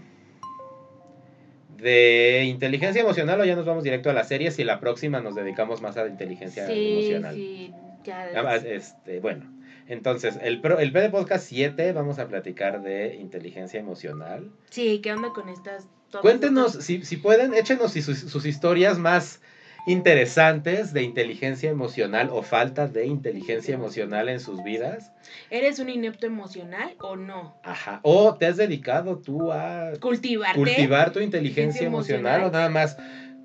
Speaker 2: de inteligencia emocional o ya nos vamos directo a las series y la próxima nos dedicamos más a la inteligencia
Speaker 1: Sí,
Speaker 2: emocional.
Speaker 1: sí.
Speaker 2: Ah,
Speaker 1: Ya.
Speaker 2: ah, Este, bueno, entonces, el, pro- el PD Podcast 7 vamos a platicar de inteligencia emocional.
Speaker 1: Sí, ¿qué onda con estas? todas
Speaker 2: Cuéntenos,
Speaker 1: estas-
Speaker 2: si, si pueden, échenos si sus, sus historias más interesantes de inteligencia emocional o falta de inteligencia emocional en sus vidas.
Speaker 1: ¿Eres un inepto emocional o no?
Speaker 2: Ajá. O te has dedicado tú a
Speaker 1: Cultivarte.
Speaker 2: cultivar tu inteligencia
Speaker 1: Inteligencia
Speaker 2: emocional o
Speaker 1: emocional.
Speaker 2: nada más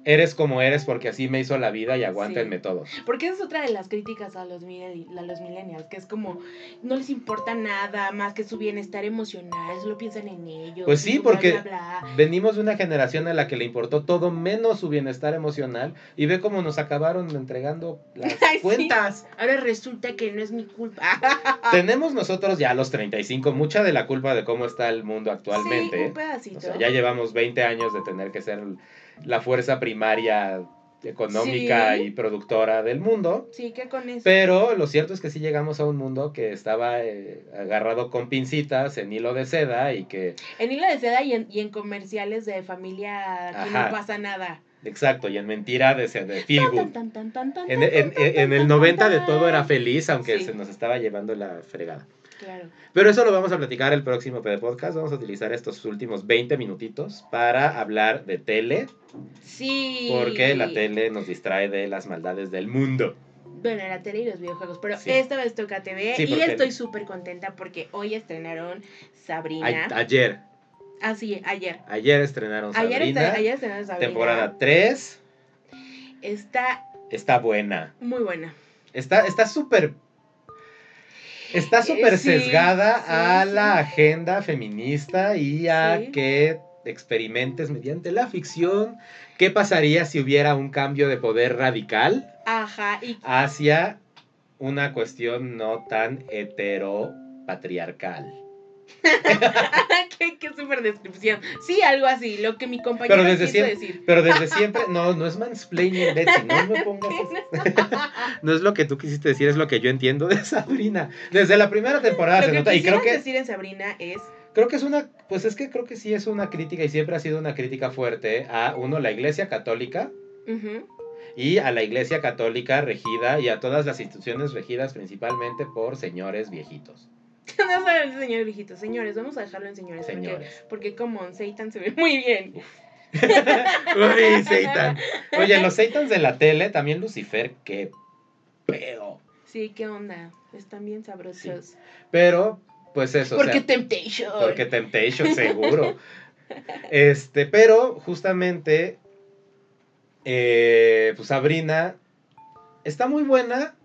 Speaker 2: eres como eres porque así me hizo la vida y aguántenme todos.
Speaker 1: Porque esa es otra de las críticas a los, mille- a los millennials, que es como, no les importa nada más que su bienestar emocional, solo piensan en ellos.
Speaker 2: Pues
Speaker 1: y
Speaker 2: sí,
Speaker 1: bla,
Speaker 2: porque-
Speaker 1: bla, bla.
Speaker 2: Venimos de una generación a la que le importó todo menos su bienestar emocional y ve cómo nos acabaron entregando las
Speaker 1: (laughs) Ay, sí.
Speaker 2: cuentas.
Speaker 1: Ahora resulta que no es mi culpa. (laughs) Ah.
Speaker 2: Tenemos nosotros ya a los 35 mucha de la culpa de cómo está el mundo
Speaker 1: Sí,
Speaker 2: actualmente.
Speaker 1: un pedacito.
Speaker 2: o sea, ya llevamos 20 años de tener que ser la fuerza primaria económica
Speaker 1: Sí.
Speaker 2: y productora del mundo.
Speaker 1: Sí, ¿qué con eso?
Speaker 2: Pero lo cierto es que sí llegamos a un mundo que estaba eh, agarrado con pincitas en hilo de seda y que
Speaker 1: En hilo de seda y en, y en comerciales de familia que
Speaker 2: Ajá.
Speaker 1: no pasa nada.
Speaker 2: Exacto, y en mentira de, se- de feel good.
Speaker 1: Tan, tan, tan, tan, tan,
Speaker 2: En,
Speaker 1: tan,
Speaker 2: en-
Speaker 1: tan,
Speaker 2: en
Speaker 1: tan,
Speaker 2: el
Speaker 1: tan,
Speaker 2: 90 de
Speaker 1: tan.
Speaker 2: todo era feliz, aunque
Speaker 1: Sí.
Speaker 2: se nos estaba llevando la fregada.
Speaker 1: Claro.
Speaker 2: Pero eso lo vamos a platicar el próximo PD Podcast. Vamos a utilizar estos últimos 20 minutitos para hablar de tele,
Speaker 1: Sí.
Speaker 2: porque la tele nos distrae de las maldades del mundo.
Speaker 1: Bueno, la tele y los videojuegos, pero
Speaker 2: Sí.
Speaker 1: esta vez toca TV
Speaker 2: Sí,
Speaker 1: y
Speaker 2: porque-
Speaker 1: estoy súper contenta porque hoy estrenaron
Speaker 2: Ay-
Speaker 1: Sabrina.
Speaker 2: ayer,
Speaker 1: Ah, sí, ayer.
Speaker 2: Ayer estrenaron Sabrina.
Speaker 1: Ayer, está, ayer estrenaron Sabrina.
Speaker 2: Temporada 3
Speaker 1: Está
Speaker 2: está buena.
Speaker 1: muy buena.
Speaker 2: Está está súper Está
Speaker 1: Eh,
Speaker 2: súper
Speaker 1: sí,
Speaker 2: sesgada
Speaker 1: sí,
Speaker 2: a
Speaker 1: sí.
Speaker 2: la agenda feminista y a
Speaker 1: Sí.
Speaker 2: que experimentes mediante la ficción qué pasaría si hubiera un cambio de poder radical
Speaker 1: Ajá, y (laughs)
Speaker 2: hacia una cuestión no tan heteropatriarcal.
Speaker 1: qué, qué súper descripción. Sí, algo así, lo que mi compañero
Speaker 2: Pero desde
Speaker 1: quiso
Speaker 2: siempre- (laughs)
Speaker 1: decir.
Speaker 2: Pero desde siempre, no, no es mansplaining, Betsy, no me
Speaker 1: (laughs)
Speaker 2: pongas eso. No es lo que tú quisiste decir, es lo que yo entiendo de Sabrina. Desde la primera
Speaker 1: (laughs)
Speaker 2: temporada Ah, se
Speaker 1: lo
Speaker 2: nota
Speaker 1: que
Speaker 2: y creo
Speaker 1: quisieras
Speaker 2: que
Speaker 1: decir en Sabrina es
Speaker 2: creo que es una pues es que creo que sí es una crítica y siempre ha sido una crítica fuerte a uno la Iglesia Católica
Speaker 1: ujú, (laughs)
Speaker 2: y a la Iglesia Católica regida y a todas las instituciones regidas principalmente por señores viejitos,
Speaker 1: No saben, señor viejito, señores, vamos a dejarlo en señores. porque- (laughs)
Speaker 2: señores.
Speaker 1: Porque, como on Satan se ve muy bien.
Speaker 2: Uy, Seitan. Oye, los Seitans de la tele, también Lucifer, qué pedo.
Speaker 1: Sí, qué onda. Están bien sabrosos.
Speaker 2: Pero pues eso, o
Speaker 1: porque
Speaker 2: sea,
Speaker 1: Temptation.
Speaker 2: Porque
Speaker 1: (laughs)
Speaker 2: Temptation, seguro. este, pero justamente, eh, pues Sabrina está muy buena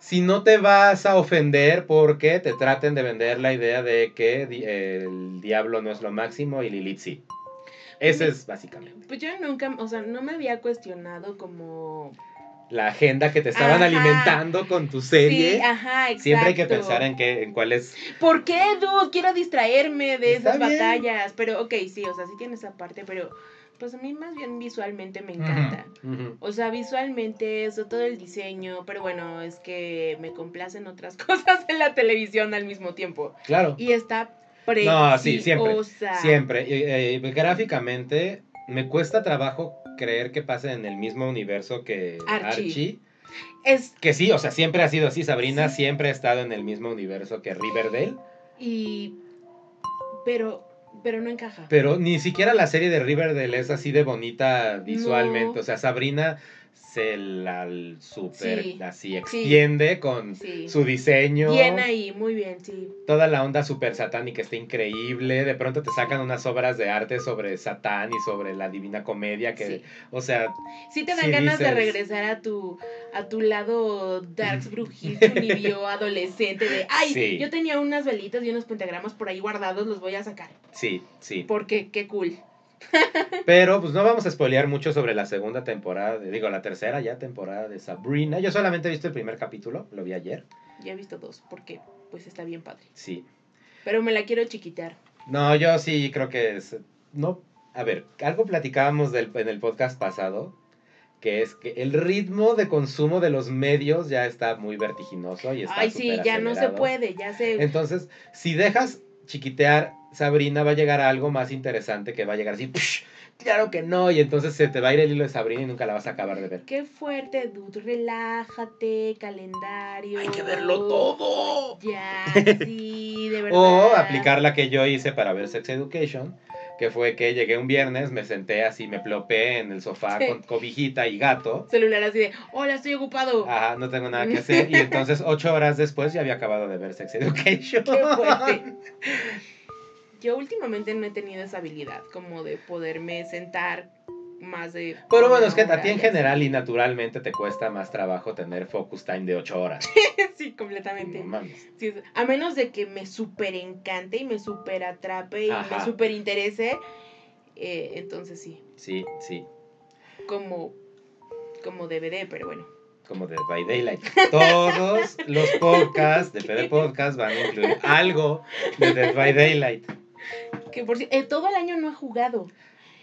Speaker 2: si no te vas a ofender porque te traten de vender la idea de que di- el diablo no es lo máximo y Lilith sí. Ese es básicamente
Speaker 1: Pues yo nunca, o sea, no me había cuestionado como.
Speaker 2: la agenda que te estaban
Speaker 1: Ajá.
Speaker 2: alimentando con tu
Speaker 1: Sí,
Speaker 2: serie.
Speaker 1: ajá, exacto.
Speaker 2: Siempre hay que pensar en, qué, en cuál es
Speaker 1: ¿Por qué, dude? Quiero distraerme de
Speaker 2: Está
Speaker 1: esas
Speaker 2: bien.
Speaker 1: batallas. Pero, ok, sí, o sea, sí tiene esa parte, pero pues a mí más bien visualmente me encanta.
Speaker 2: Ujú, ujú.
Speaker 1: O sea, visualmente eso, todo el diseño, pero bueno, es que me complacen otras (laughs) cosas en la televisión al mismo tiempo.
Speaker 2: Claro.
Speaker 1: Y está preciosa.
Speaker 2: No, sí, siempre, Siempre. Eh, eh, gráficamente, me cuesta trabajo creer que pase en el mismo universo que Archie.
Speaker 1: Archie. Es,
Speaker 2: Que sí, o sea, siempre ha sido así. Sabrina
Speaker 1: Sí.
Speaker 2: siempre ha estado en el mismo universo que Riverdale.
Speaker 1: y... Pero, pero no encaja.
Speaker 2: Pero ni siquiera la serie de Riverdale es así de bonita visualmente.
Speaker 1: No.
Speaker 2: O sea, Sabrina se la l- super
Speaker 1: Sí.
Speaker 2: así extiende con
Speaker 1: Sí.
Speaker 2: su diseño.
Speaker 1: Bien ahí, muy bien, sí.
Speaker 2: Toda la onda super satánica está increíble. De pronto te sacan unas obras de arte sobre Satán y sobre la Divina Comedia que,
Speaker 1: Sí,
Speaker 2: o sea,
Speaker 1: Sí te dan
Speaker 2: sí
Speaker 1: ganas de
Speaker 2: dices-
Speaker 1: regresar a tu a tu
Speaker 2: (laughs)
Speaker 1: lado darks brujito univio adolescente de ay
Speaker 2: Sí.
Speaker 1: yo tenía unas velitas y unos pentagramas por ahí guardados los voy a sacar
Speaker 2: Sí,
Speaker 1: (laughs)
Speaker 2: sí.
Speaker 1: porque qué cool
Speaker 2: Pero pues no vamos a spoilear mucho sobre la segunda temporada, de- digo, la tercera ya temporada de Sabrina. Yo solamente he visto el primer capítulo, lo vi ayer.
Speaker 1: ya he visto dos porque pues está bien padre
Speaker 2: Sí.
Speaker 1: pero me la quiero chiquitar
Speaker 2: No, yo sí creo que es... No, a ver, algo platicábamos del- en el podcast pasado, que es que el ritmo de consumo de los medios ya está muy vertiginoso y está...
Speaker 1: ay sí ya no se
Speaker 2: superacelerado.
Speaker 1: puede ya se
Speaker 2: Entonces, si dejas chiquitear, Sabrina va a llegar a algo más interesante que va a llegar así, "Push, claro que no, y entonces se te va a ir el hilo de Sabrina y nunca la vas a acabar de ver.
Speaker 1: qué fuerte dude relájate calendario
Speaker 2: todo.
Speaker 1: ya sí de verdad
Speaker 2: (laughs) O aplicar la que yo hice para ver Sex Education, que fue que llegué un viernes, me senté así, me plopé en el sofá
Speaker 1: Sí.
Speaker 2: con cobijita y gato.
Speaker 1: celular así de hola estoy ocupado
Speaker 2: Ajá, no tengo
Speaker 1: (laughs)
Speaker 2: nada que hacer. Y entonces ocho horas después ya había acabado de ver Sex Education.
Speaker 1: (laughs) Qué fuerte. Yo últimamente no he tenido esa habilidad como de poderme sentar más de.
Speaker 2: (laughs) Pero bueno,
Speaker 1: una
Speaker 2: es que a
Speaker 1: hora
Speaker 2: ti en
Speaker 1: y así.
Speaker 2: general y naturalmente te cuesta más trabajo tener focus time de ocho horas.
Speaker 1: (laughs) Sí,
Speaker 2: No
Speaker 1: completamente.
Speaker 2: mames.
Speaker 1: Sí, es- a menos de que me súper encante y me súper atrape y
Speaker 2: Ajá.
Speaker 1: me súper interese. entonces sí,
Speaker 2: Sí, sí.
Speaker 1: como, como DVD, pero bueno.
Speaker 2: Como de By Daylight. Todos los podcasts de PD Podcast van a incluir algo de Dead by Daylight.
Speaker 1: Que por si- eh, todo el año no he jugado.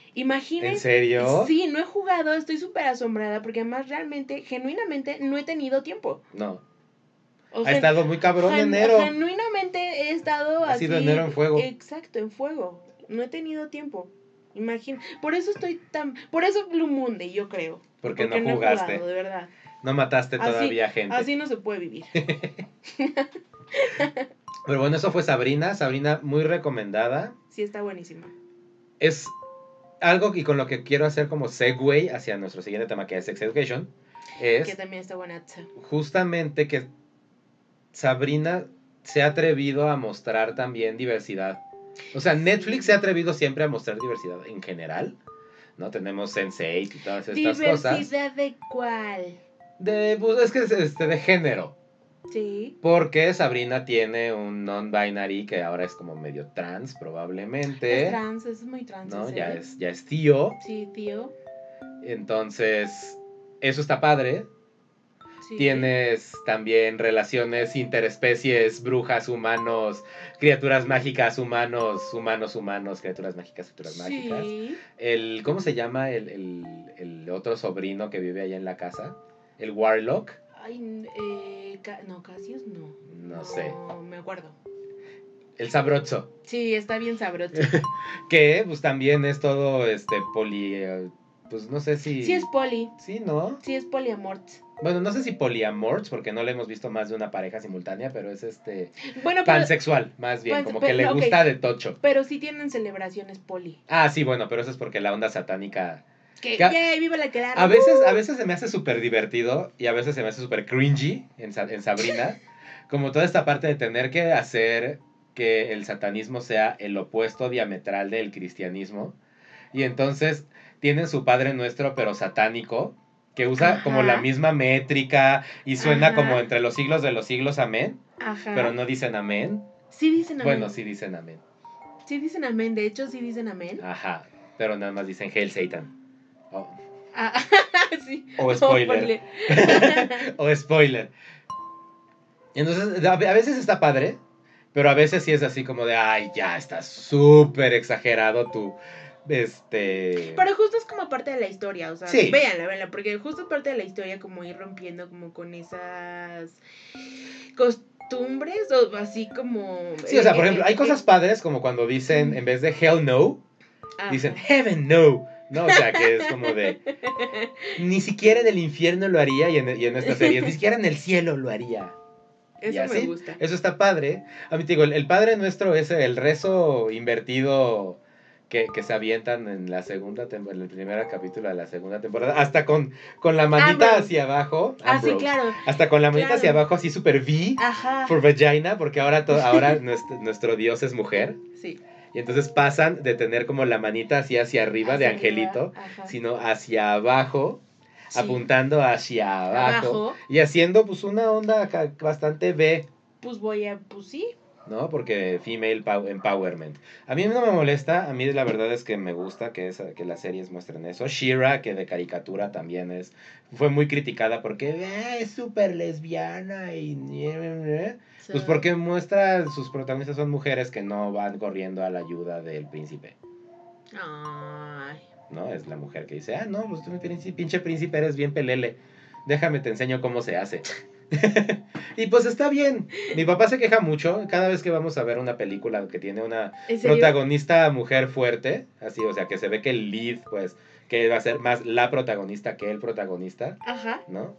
Speaker 2: ¿En
Speaker 1: Imagínense.
Speaker 2: serio?
Speaker 1: Sí, no he jugado, estoy súper asombrada porque además realmente, genuinamente, no he tenido tiempo.
Speaker 2: No.
Speaker 1: O
Speaker 2: Ha
Speaker 1: sea,
Speaker 2: estado muy cabrón
Speaker 1: Gen-
Speaker 2: enero.
Speaker 1: Genuinamente he estado
Speaker 2: Ha
Speaker 1: así.
Speaker 2: sido enero en fuego.
Speaker 1: Exacto, en fuego. No he tenido tiempo. Imagina. Por eso estoy tan. Por eso Blue Monday, yo creo.
Speaker 2: Porque,
Speaker 1: he
Speaker 2: no jugaste.
Speaker 1: jugado, de verdad.
Speaker 2: no mataste
Speaker 1: Así-
Speaker 2: todavía gente.
Speaker 1: Así no se
Speaker 2: (laughs)
Speaker 1: puede vivir.
Speaker 2: Pero bueno, eso fue Sabrina. Sabrina, muy recomendada.
Speaker 1: Sí, está buenísima.
Speaker 2: Es algo y con lo que quiero hacer como segue hacia nuestro siguiente tema, que es Sex Education. Es
Speaker 1: Que también está buena. tsa.
Speaker 2: justamente que Sabrina se ha atrevido a mostrar también diversidad O sea, Netflix se ha atrevido siempre a mostrar diversidad en general. ¿No? Tenemos Sense8 y todas estas cosas.
Speaker 1: ¿Diversidad de cuál?
Speaker 2: De, pues, es que es este, de género.
Speaker 1: Sí.
Speaker 2: Porque Sabrina tiene un non-binary que ahora es como medio trans, probablemente.
Speaker 1: Es trans, es muy trans.
Speaker 2: ¿no?
Speaker 1: ese.
Speaker 2: Ya es, ya es tío.
Speaker 1: Sí, tío.
Speaker 2: Entonces, eso está padre.
Speaker 1: Sí.
Speaker 2: Tienes también relaciones interespecies, brujas, humanos, criaturas mágicas, humanos, humanos, humanos, criaturas mágicas, criaturas mágicas.
Speaker 1: Sí.
Speaker 2: El, ¿Cómo se llama el, el, el otro sobrino que vive allá en la casa? ¿El Warlock?
Speaker 1: Ay, eh, ca- no, Casios no.
Speaker 2: No sé.
Speaker 1: No me acuerdo.
Speaker 2: El Sabrocho.
Speaker 1: Sí, está bien sabroso.
Speaker 2: Que pues también es todo este poli... eh, Pues no sé si...
Speaker 1: Sí es poli.
Speaker 2: Sí, ¿no?
Speaker 1: Sí es poliamort.
Speaker 2: Bueno, no sé si poliamorts, porque no le hemos visto más de una pareja simultánea, pero es este...
Speaker 1: Bueno, pero,
Speaker 2: Pansexual, más bien,
Speaker 1: Panse-
Speaker 2: como que
Speaker 1: pe-
Speaker 2: le
Speaker 1: ok.
Speaker 2: gusta de tocho.
Speaker 1: pero sí tienen celebraciones poli.
Speaker 2: Ah, sí, bueno, pero eso es porque la onda satánica.
Speaker 1: Que
Speaker 2: Ya-
Speaker 1: ya, viva la que la
Speaker 2: A veces, a veces se me hace súper divertido y a veces se me hace súper cringy en, Sa- en Sabrina.
Speaker 1: (laughs)
Speaker 2: Como toda esta parte de tener que hacer que el satanismo sea el opuesto diametral del cristianismo. Y entonces tienen su Padre Nuestro, pero satánico, que usa como
Speaker 1: Ajá.
Speaker 2: la misma métrica y suena
Speaker 1: Ajá.
Speaker 2: como entre los siglos de los siglos amén,
Speaker 1: Ajá.
Speaker 2: pero no dicen amén.
Speaker 1: Sí dicen amén.
Speaker 2: Bueno, sí dicen amén.
Speaker 1: Sí dicen amén. De hecho, sí dicen amén.
Speaker 2: Ajá, pero nada más dicen Hail Satan. O-
Speaker 1: Ah, (laughs) sí. Oh,
Speaker 2: o
Speaker 1: pues
Speaker 2: spoiler.
Speaker 1: spoiler.
Speaker 2: o spoiler. Entonces, a a veces está padre, pero a veces sí es así como de, ay, ya está súper exagerado tu, este...
Speaker 1: Pero justo es como parte de la historia, o sea,
Speaker 2: Sí.
Speaker 1: véanla, véanla, porque justo es parte de la historia como ir rompiendo como con esas costumbres o así como...
Speaker 2: Sí, o sea,
Speaker 1: eh,
Speaker 2: por
Speaker 1: eh,
Speaker 2: ejemplo, hay
Speaker 1: eh,
Speaker 2: cosas padres como cuando dicen, en vez de hell no,
Speaker 1: ajá. (laughs)
Speaker 2: dicen heaven no. No, o sea, que es como de, ni siquiera en el infierno lo haría y en, y en esta serie, ni siquiera en el cielo lo haría. y
Speaker 1: Eso me
Speaker 2: así.
Speaker 1: gusta.
Speaker 2: Eso está padre. A mí te digo, el, el Padre Nuestro es el rezo invertido que, que se avientan en la segunda temporada, en el primer capítulo de la segunda temporada, hasta con, con la manita
Speaker 1: Ambrose.
Speaker 2: hacia abajo.
Speaker 1: Ah, sí,
Speaker 2: Ambrose.
Speaker 1: claro.
Speaker 2: Hasta con la manita
Speaker 1: Claro.
Speaker 2: hacia abajo, así super V
Speaker 1: Ajá.
Speaker 2: por vagina, porque ahora, to-
Speaker 1: (laughs)
Speaker 2: ahora nuestro, nuestro Dios es mujer.
Speaker 1: Sí.
Speaker 2: Y entonces pasan de tener como la manita así hacia arriba de
Speaker 1: Hacia
Speaker 2: angelito,
Speaker 1: arriba, ajá.
Speaker 2: sino hacia abajo,
Speaker 1: Sí.
Speaker 2: apuntando hacia abajo,
Speaker 1: Abajo.
Speaker 2: y haciendo pues una onda acá bastante B.
Speaker 1: Pues voy a... Pues sí.
Speaker 2: ¿no? Porque female pow- empowerment. A mí no me molesta, a mí la verdad es que me gusta que, esa, que las series muestren eso. Shira, que de caricatura también es, fue muy criticada porque "Ah, es súper lesbiana y... Pues
Speaker 1: So-
Speaker 2: porque muestra, sus protagonistas son mujeres que no van corriendo a la ayuda del príncipe,
Speaker 1: Ay.
Speaker 2: ¿no? Es la mujer que dice, ah, no, pues tú mi príncipe- pinche príncipe eres bien pelele, déjame te enseño cómo se hace. (laughs) y pues está bien. Mi papá se queja mucho cada vez que vamos a ver una película que tiene una
Speaker 1: ¿En serio?
Speaker 2: protagonista mujer fuerte, así, o sea, que se ve que el lead, pues, que va a ser más la protagonista que el protagonista,
Speaker 1: Ajá.
Speaker 2: ¿no?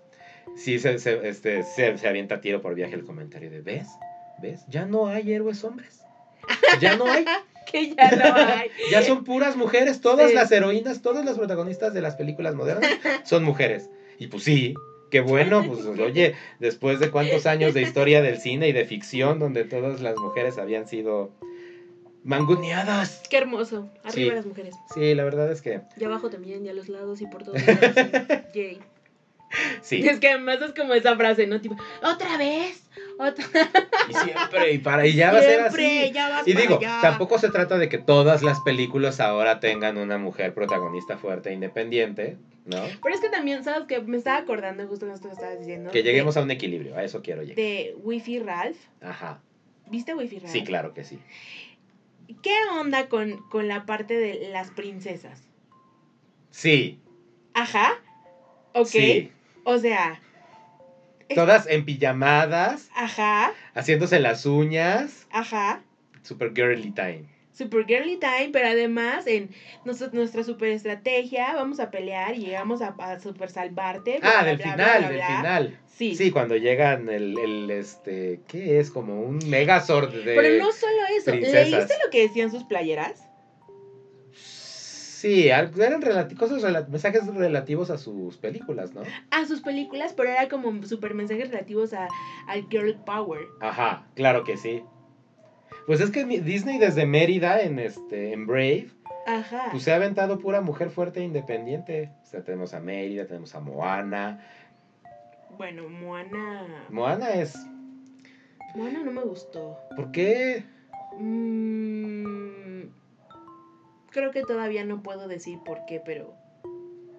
Speaker 2: Sí, se, se- este, se, se avienta tiro por viaje el comentario de, ¿ves? ¿Ves? Ya no hay héroes hombres. Ya no hay.
Speaker 1: Que ya no hay.
Speaker 2: Ya son puras mujeres. Todas
Speaker 1: Sí.
Speaker 2: las heroínas, todas las protagonistas de las películas modernas son mujeres. Y pues sí, qué bueno. Pues oye, después de cuántos años de historia del cine y de ficción donde todas las mujeres habían sido manguneadas.
Speaker 1: (laughs) Qué hermoso. Arriba
Speaker 2: Sí.
Speaker 1: las mujeres.
Speaker 2: Sí, la verdad es que
Speaker 1: Y abajo también, y a los lados y por
Speaker 2: (laughs)
Speaker 1: todos lados. Yay.
Speaker 2: sí.
Speaker 1: Es que además es como esa frase, ¿no? Tipo, otra vez, otra
Speaker 2: Y siempre, y para, y ya va a ser
Speaker 1: siempre,
Speaker 2: así.
Speaker 1: ya vas
Speaker 2: Y
Speaker 1: para
Speaker 2: digo,
Speaker 1: allá".
Speaker 2: tampoco se trata de que todas las películas ahora tengan una mujer protagonista fuerte e independiente, ¿no?
Speaker 1: Pero es que también, ¿sabes que Me estaba acordando justo de esto que estabas diciendo.
Speaker 2: Que lleguemos a un equilibrio, a eso quiero
Speaker 1: de,
Speaker 2: llegar.
Speaker 1: de Wi-Fi Ralph.
Speaker 2: Ajá,
Speaker 1: ¿Viste Wi-Fi Ralph?
Speaker 2: sí, claro que sí.
Speaker 1: ¿Qué onda con, con la parte de las princesas?
Speaker 2: Sí,
Speaker 1: Ajá. Ok.
Speaker 2: sí.
Speaker 1: O sea, Es-
Speaker 2: Todas en pijamadas,
Speaker 1: ajá,
Speaker 2: haciéndose las uñas,
Speaker 1: ajá.
Speaker 2: super girly time.
Speaker 1: Super girly time, pero además en nuestra, nuestra super estrategia vamos a pelear y llegamos a, a super salvarte. bla,
Speaker 2: Ah,
Speaker 1: bla,
Speaker 2: del
Speaker 1: bla,
Speaker 2: final,
Speaker 1: bla,
Speaker 2: del
Speaker 1: bla.
Speaker 2: final.
Speaker 1: Sí.
Speaker 2: Sí, cuando llegan el, el, este, ¿qué es? Como un megazord de...
Speaker 1: Pero no solo eso,
Speaker 2: princesas.
Speaker 1: ¿leíste lo que decían sus playeras?
Speaker 2: Sí, al- eran relati- cosas rela- mensajes relativos a sus películas, ¿no?
Speaker 1: A sus películas, pero era como super mensajes relativos a, al girl power.
Speaker 2: Ajá, claro que sí. Pues es que mi- Disney desde Mérida, en, este, en Brave,
Speaker 1: Ajá.
Speaker 2: pues se ha aventado pura mujer fuerte e independiente. O sea, tenemos a Mérida, tenemos a Moana.
Speaker 1: Bueno, Moana.
Speaker 2: Moana es...
Speaker 1: Moana no me gustó.
Speaker 2: ¿Por qué?
Speaker 1: Mm, creo que todavía no puedo decir por qué, pero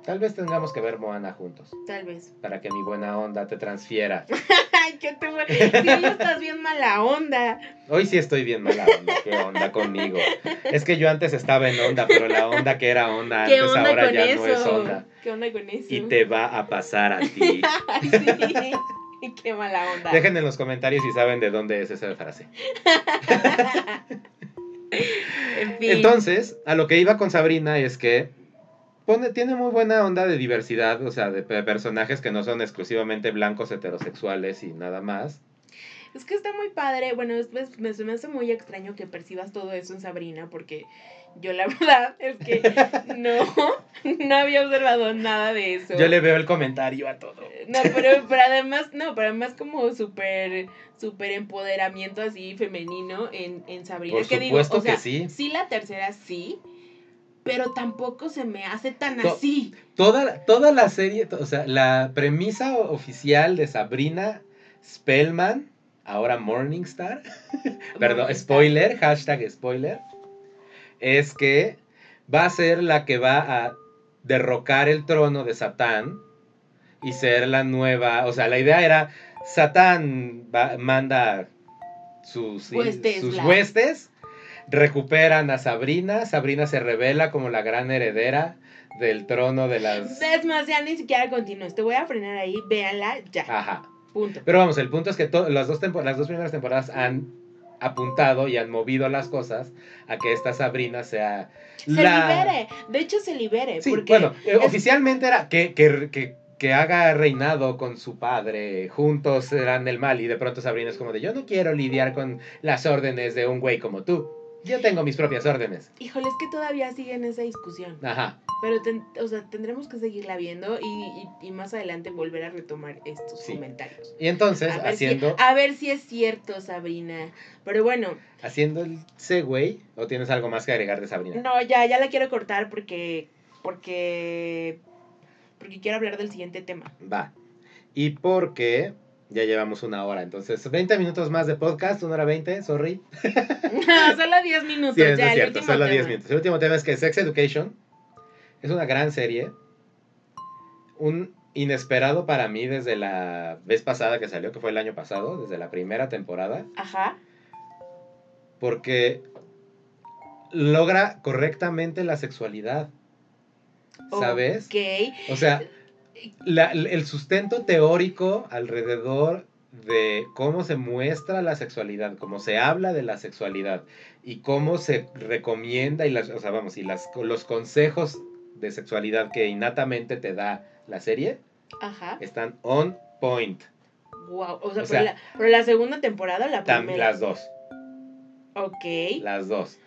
Speaker 2: Tal vez tengamos que ver Moana juntos.
Speaker 1: tal vez.
Speaker 2: Para que mi buena onda te transfiera.
Speaker 1: Ay, qué te
Speaker 2: (laughs)
Speaker 1: voy- Si hoy estás bien mala onda.
Speaker 2: Hoy sí estoy bien mala onda. ¿Qué onda conmigo? Es que yo antes estaba en onda, pero la onda que era onda
Speaker 1: ¿Qué
Speaker 2: antes
Speaker 1: onda
Speaker 2: Ah, pues ahora
Speaker 1: con
Speaker 2: ya
Speaker 1: eso?
Speaker 2: no es onda.
Speaker 1: ¿Qué onda con eso? (laughs)
Speaker 2: Y te va a pasar a ti.
Speaker 1: Ay, sí. Qué mala
Speaker 2: (laughs)
Speaker 1: onda.
Speaker 2: Dejen en los comentarios si saben de dónde es esa frase.
Speaker 1: (laughs) En fin.
Speaker 2: Entonces, a lo que iba con Sabrina es que pone, tiene muy buena onda de diversidad, o sea, de, pe- personajes que no son exclusivamente blancos, heterosexuales y nada más.
Speaker 1: Es que está muy padre. Bueno, después me, se me hace muy extraño que percibas todo eso en Sabrina, porque yo la (laughs) verdad es que no, no había observado nada de eso.
Speaker 2: Yo le veo el comentario a todo.
Speaker 1: No, pero, pero además, no, pero además como súper, súper empoderamiento así femenino en, en Sabrina.
Speaker 2: Por
Speaker 1: que digo,
Speaker 2: supuesto
Speaker 1: o sea,
Speaker 2: que sí.
Speaker 1: la tercera sí, pero tampoco se me hace tan
Speaker 2: To-
Speaker 1: así.
Speaker 2: Toda, toda la serie, to- o sea, la premisa o- oficial de Sabrina Spellman, ahora Morningstar, perdón, spoiler, hashtag spoiler, es que va a ser la que va a derrocar el trono de Satán y ser la nueva, o sea, la idea era, Satán va- manda sus
Speaker 1: Huestes,
Speaker 2: sus
Speaker 1: la-
Speaker 2: huestes, recuperan a Sabrina, Sabrina se revela como la gran heredera del trono de las...
Speaker 1: Es más, ya ni siquiera continúes. Te voy a frenar ahí, véanla ya.
Speaker 2: Ajá.
Speaker 1: Punto.
Speaker 2: Pero vamos, el punto es que to- las, dos tempo- las dos primeras temporadas han apuntado y han movido las cosas a que esta Sabrina sea
Speaker 1: Se libere. De hecho, se libere.
Speaker 2: Sí,
Speaker 1: porque
Speaker 2: bueno, eh,
Speaker 1: es-
Speaker 2: oficialmente era que, que, que, que haga reinado con su padre, juntos serán el mal y de pronto Sabrina es como de yo no quiero lidiar con las órdenes de un güey como tú. Yo tengo mis propias órdenes.
Speaker 1: Híjole, es que todavía sigue en esa discusión.
Speaker 2: Ajá.
Speaker 1: Pero ten- o sea, tendremos que seguirla viendo y, y- y más adelante volver a retomar estos
Speaker 2: Sí.
Speaker 1: comentarios.
Speaker 2: Y entonces,
Speaker 1: A ver,
Speaker 2: haciendo,
Speaker 1: si, a ver si es cierto, Sabrina. Pero bueno,
Speaker 2: haciendo el segue, ¿o tienes algo más que agregar de Sabrina?
Speaker 1: no, ya, ya la quiero cortar porque. porque. porque quiero hablar del siguiente tema.
Speaker 2: Va. Y porque ya llevamos una hora, entonces 20 minutos más de podcast, una hora 20, sorry.
Speaker 1: (laughs) solo 10 minutos,
Speaker 2: Sí,
Speaker 1: ya,
Speaker 2: es, no es
Speaker 1: el
Speaker 2: cierto,
Speaker 1: último
Speaker 2: solo
Speaker 1: tema.
Speaker 2: 10 minutos. El último tema es que Sex Education es una gran serie. Un inesperado para mí desde la vez pasada que salió, que fue el año pasado, desde la primera temporada,
Speaker 1: Ajá.
Speaker 2: porque logra correctamente la sexualidad. ¿Sabes?
Speaker 1: Ok.
Speaker 2: O sea, la- el sustento teórico alrededor de cómo se muestra la sexualidad, cómo se habla de la sexualidad y cómo se recomienda y las, o sea, vamos, y las, los consejos de sexualidad que innatamente te da la serie
Speaker 1: Ajá.
Speaker 2: están on point,
Speaker 1: Wow. O sea,
Speaker 2: O
Speaker 1: pero,
Speaker 2: sea,
Speaker 1: la, pero la segunda temporada o la
Speaker 2: tam-
Speaker 1: primera.
Speaker 2: las dos,
Speaker 1: Ok.
Speaker 2: las dos.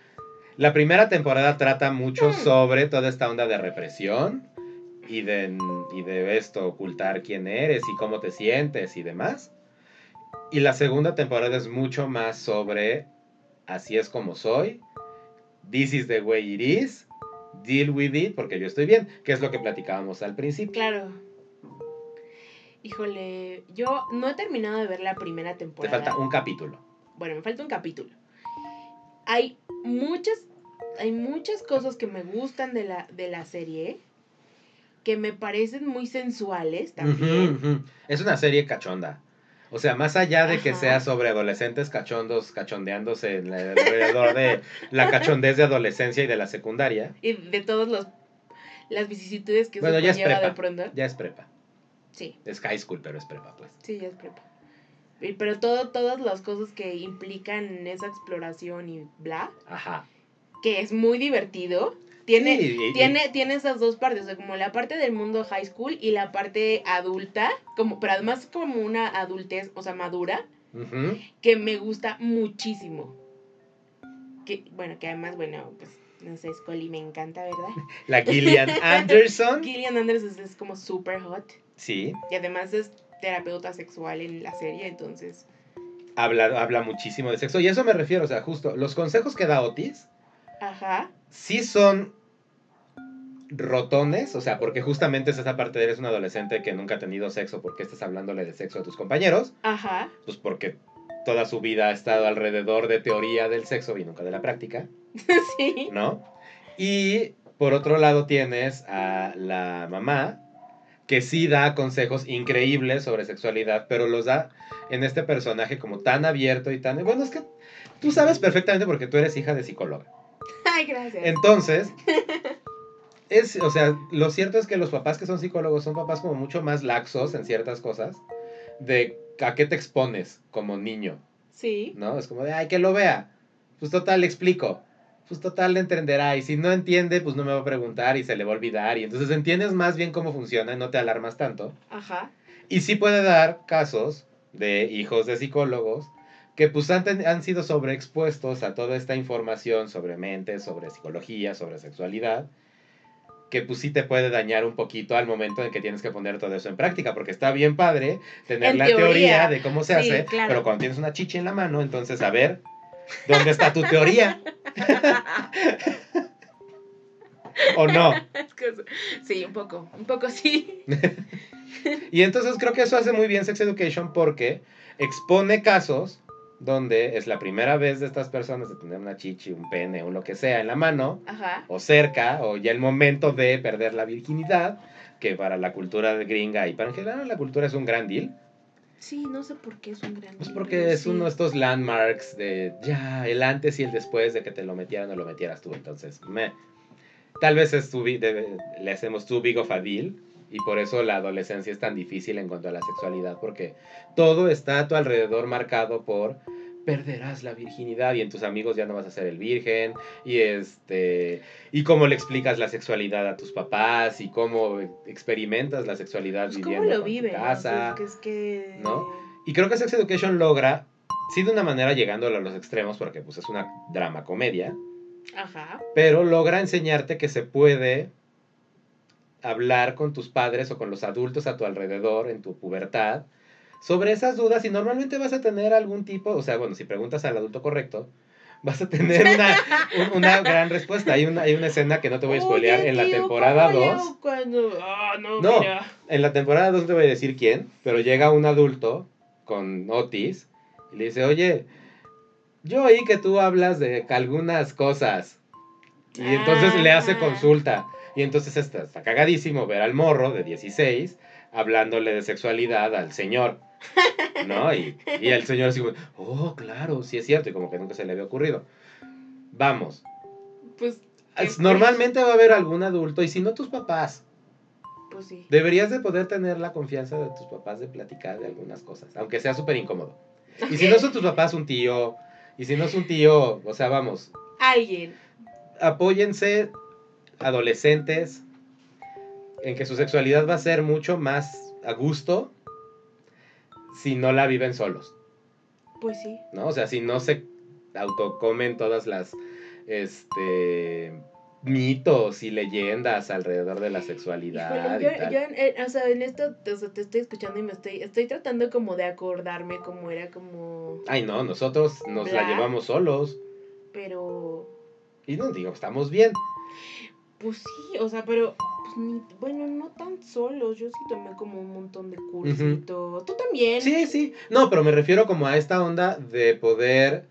Speaker 2: La primera temporada trata mucho
Speaker 1: Mm.
Speaker 2: sobre toda esta onda de represión y de, y de esto, ocultar quién eres y cómo te sientes y demás. Y la segunda temporada es mucho más sobre así es como soy, this is the way it is, deal with it porque yo estoy bien, que es lo que platicábamos al principio.
Speaker 1: Claro. Híjole, yo no he terminado de ver la primera
Speaker 2: Te
Speaker 1: temporada.
Speaker 2: falta un capítulo.
Speaker 1: Bueno, me falta un capítulo. Hay muchas, hay muchas cosas que me gustan de la, de la serie que me parecen muy sensuales también.
Speaker 2: Ujú, ujú. Es una serie cachonda. O sea, más allá de que
Speaker 1: Ajá.
Speaker 2: sea sobre adolescentes cachondos cachondeándose en la- alrededor de la cachondez de adolescencia y de la secundaria,
Speaker 1: Y de todas los- las vicisitudes que
Speaker 2: Bueno,
Speaker 1: eso
Speaker 2: ya es
Speaker 1: conlleva de
Speaker 2: prepa.
Speaker 1: pronto.
Speaker 2: ya es prepa.
Speaker 1: Sí,
Speaker 2: Es high school, pero es prepa, pues.
Speaker 1: sí, ya es prepa. Y- Pero todo, todas las cosas que implican esa exploración y bla,
Speaker 2: Ajá.
Speaker 1: que es muy divertido. Tiene,
Speaker 2: Sí, y- y-
Speaker 1: tiene, tiene esas dos partes, o sea, como la parte del mundo high school y la parte adulta, como, pero además como una adultez, o sea, madura,
Speaker 2: Ujú.
Speaker 1: que me gusta muchísimo. Que, bueno, que además, bueno, pues, no sé, Scully me encanta, ¿verdad?
Speaker 2: La
Speaker 1: (laughs)
Speaker 2: Gillian Anderson.
Speaker 1: Gillian Anderson es como super hot
Speaker 2: Sí.
Speaker 1: y además es terapeuta sexual en la serie, entonces
Speaker 2: habla, habla muchísimo de sexo. Y a eso me refiero, o sea, justo, los consejos que da Otis
Speaker 1: Ajá.
Speaker 2: sí son rotones, o sea, porque justamente es esa parte de eres un adolescente que nunca ha tenido sexo, porque estás hablándole de sexo a tus compañeros,
Speaker 1: Ajá.
Speaker 2: pues porque toda su vida ha estado alrededor de teoría del sexo y nunca de la práctica, (laughs)
Speaker 1: sí.
Speaker 2: ¿no? Y por otro lado tienes a la mamá, que sí da consejos increíbles sobre sexualidad, pero los da en este personaje como tan abierto y tan... Bueno, es que tú sabes perfectamente porque tú eres hija de psicóloga.
Speaker 1: Ay, gracias.
Speaker 2: Entonces, es, o sea, lo cierto es que los papás que son psicólogos son papás como mucho más laxos en ciertas cosas de a qué te expones como niño,
Speaker 1: sí.
Speaker 2: ¿no? Es como de, ay, que lo vea. Pues total, le explico. Pues total, le entenderá. Y si no entiende, pues no me va a preguntar y se le va a olvidar. Y entonces entiendes más bien cómo funciona y no te alarmas tanto.
Speaker 1: Ajá.
Speaker 2: Y sí puede dar casos de hijos de psicólogos que pues han, ten- han sido sobreexpuestos a toda esta información sobre mente, sobre psicología, sobre sexualidad, que pues sí te puede dañar un poquito al momento en que tienes que poner todo eso en práctica, porque está bien padre tener
Speaker 1: En
Speaker 2: la teoría,
Speaker 1: teoría.
Speaker 2: de cómo se
Speaker 1: Sí,
Speaker 2: hace,
Speaker 1: claro.
Speaker 2: pero cuando tienes una chicha en la mano, entonces a ver, ¿dónde está tu
Speaker 1: (laughs)
Speaker 2: teoría? (laughs) ¿O no?
Speaker 1: Es que- sí, un poco. Un poco sí.
Speaker 2: Y entonces creo que eso hace muy bien Sex Education porque expone casos donde es la primera vez de estas personas de tener una chichi, un pene, un lo que sea en la mano,
Speaker 1: Ajá.
Speaker 2: o cerca, o ya el momento de perder la virginidad, que para la cultura gringa y para en general la cultura es un gran deal,
Speaker 1: Sí, no sé por qué es un gran.
Speaker 2: pues
Speaker 1: libro,
Speaker 2: porque es
Speaker 1: sí.
Speaker 2: uno de estos landmarks de ya, el antes y el después de que te lo metieran o lo metieras tú, entonces, meh. Tal vez es too big- de- le hacemos too big of a deal y por eso la adolescencia es tan difícil en cuanto a la sexualidad, porque todo está a tu alrededor marcado por perderás la virginidad y en tus amigos ya no vas a ser el virgen y este y cómo le explicas la sexualidad a tus papás y cómo experimentas la sexualidad
Speaker 1: Pues cómo
Speaker 2: viviendo
Speaker 1: lo
Speaker 2: con tu
Speaker 1: vive. ¿no?
Speaker 2: casa.
Speaker 1: Sí, es que es que.
Speaker 2: ¿no? Y creo que Sex Education logra, sí de una manera llegándolo a los extremos, porque pues es una drama comedia,
Speaker 1: Ajá.
Speaker 2: pero logra enseñarte que se puede hablar con tus padres o con los adultos a tu alrededor en tu pubertad sobre esas dudas y normalmente vas a tener algún tipo, o sea, bueno, si preguntas al adulto correcto, vas a tener una, un- una gran respuesta. Hay una, hay una escena que no te voy a spoilear
Speaker 1: Oye,
Speaker 2: en la
Speaker 1: tío,
Speaker 2: temporada
Speaker 1: ¿cómo le
Speaker 2: 2.
Speaker 1: hago cuando- Ah, no,
Speaker 2: No.
Speaker 1: mira.
Speaker 2: En la temporada 2 no te voy a decir quién, pero llega un adulto con Otis y le dice, oye, yo oí que tú hablas de algunas cosas. Y entonces le hace
Speaker 1: Ah.
Speaker 2: consulta. Y entonces está, está cagadísimo ver al morro de 16 hablándole de sexualidad al señor. ¿No? Y, y el señor así como, oh, claro, sí es cierto. Y como que nunca se le había ocurrido. Vamos,
Speaker 1: Pues,
Speaker 2: es- normalmente va a haber algún adulto, y si no tus papás,
Speaker 1: pues sí.
Speaker 2: Deberías de poder tener la confianza de tus papás de platicar de algunas cosas, aunque sea súper incómodo. Y si no son tus papás, un tío. Y si no es un tío, o sea, vamos,
Speaker 1: Alguien.
Speaker 2: apóyense, adolescentes, en que su sexualidad va a ser mucho más a gusto si no la viven solos,
Speaker 1: Pues sí.
Speaker 2: ¿no? O sea, si no se autocomen todas las, este, mitos y leyendas alrededor de la sexualidad.
Speaker 1: Híjole,
Speaker 2: y
Speaker 1: yo,
Speaker 2: tal.
Speaker 1: yo en, en- o sea, en esto o sea, te estoy escuchando y me estoy, estoy tratando como de acordarme cómo era como,
Speaker 2: Ay, no, nosotros nos la
Speaker 1: ¿Verdad?
Speaker 2: llevamos solos.
Speaker 1: pero,
Speaker 2: Y no digo, estamos bien.
Speaker 1: pues sí, o sea, pero, pues ni, bueno, no tan solos, yo sí tomé como un montón de cursitos, tú también.
Speaker 2: Sí, sí. No, pero me refiero como a esta onda de poder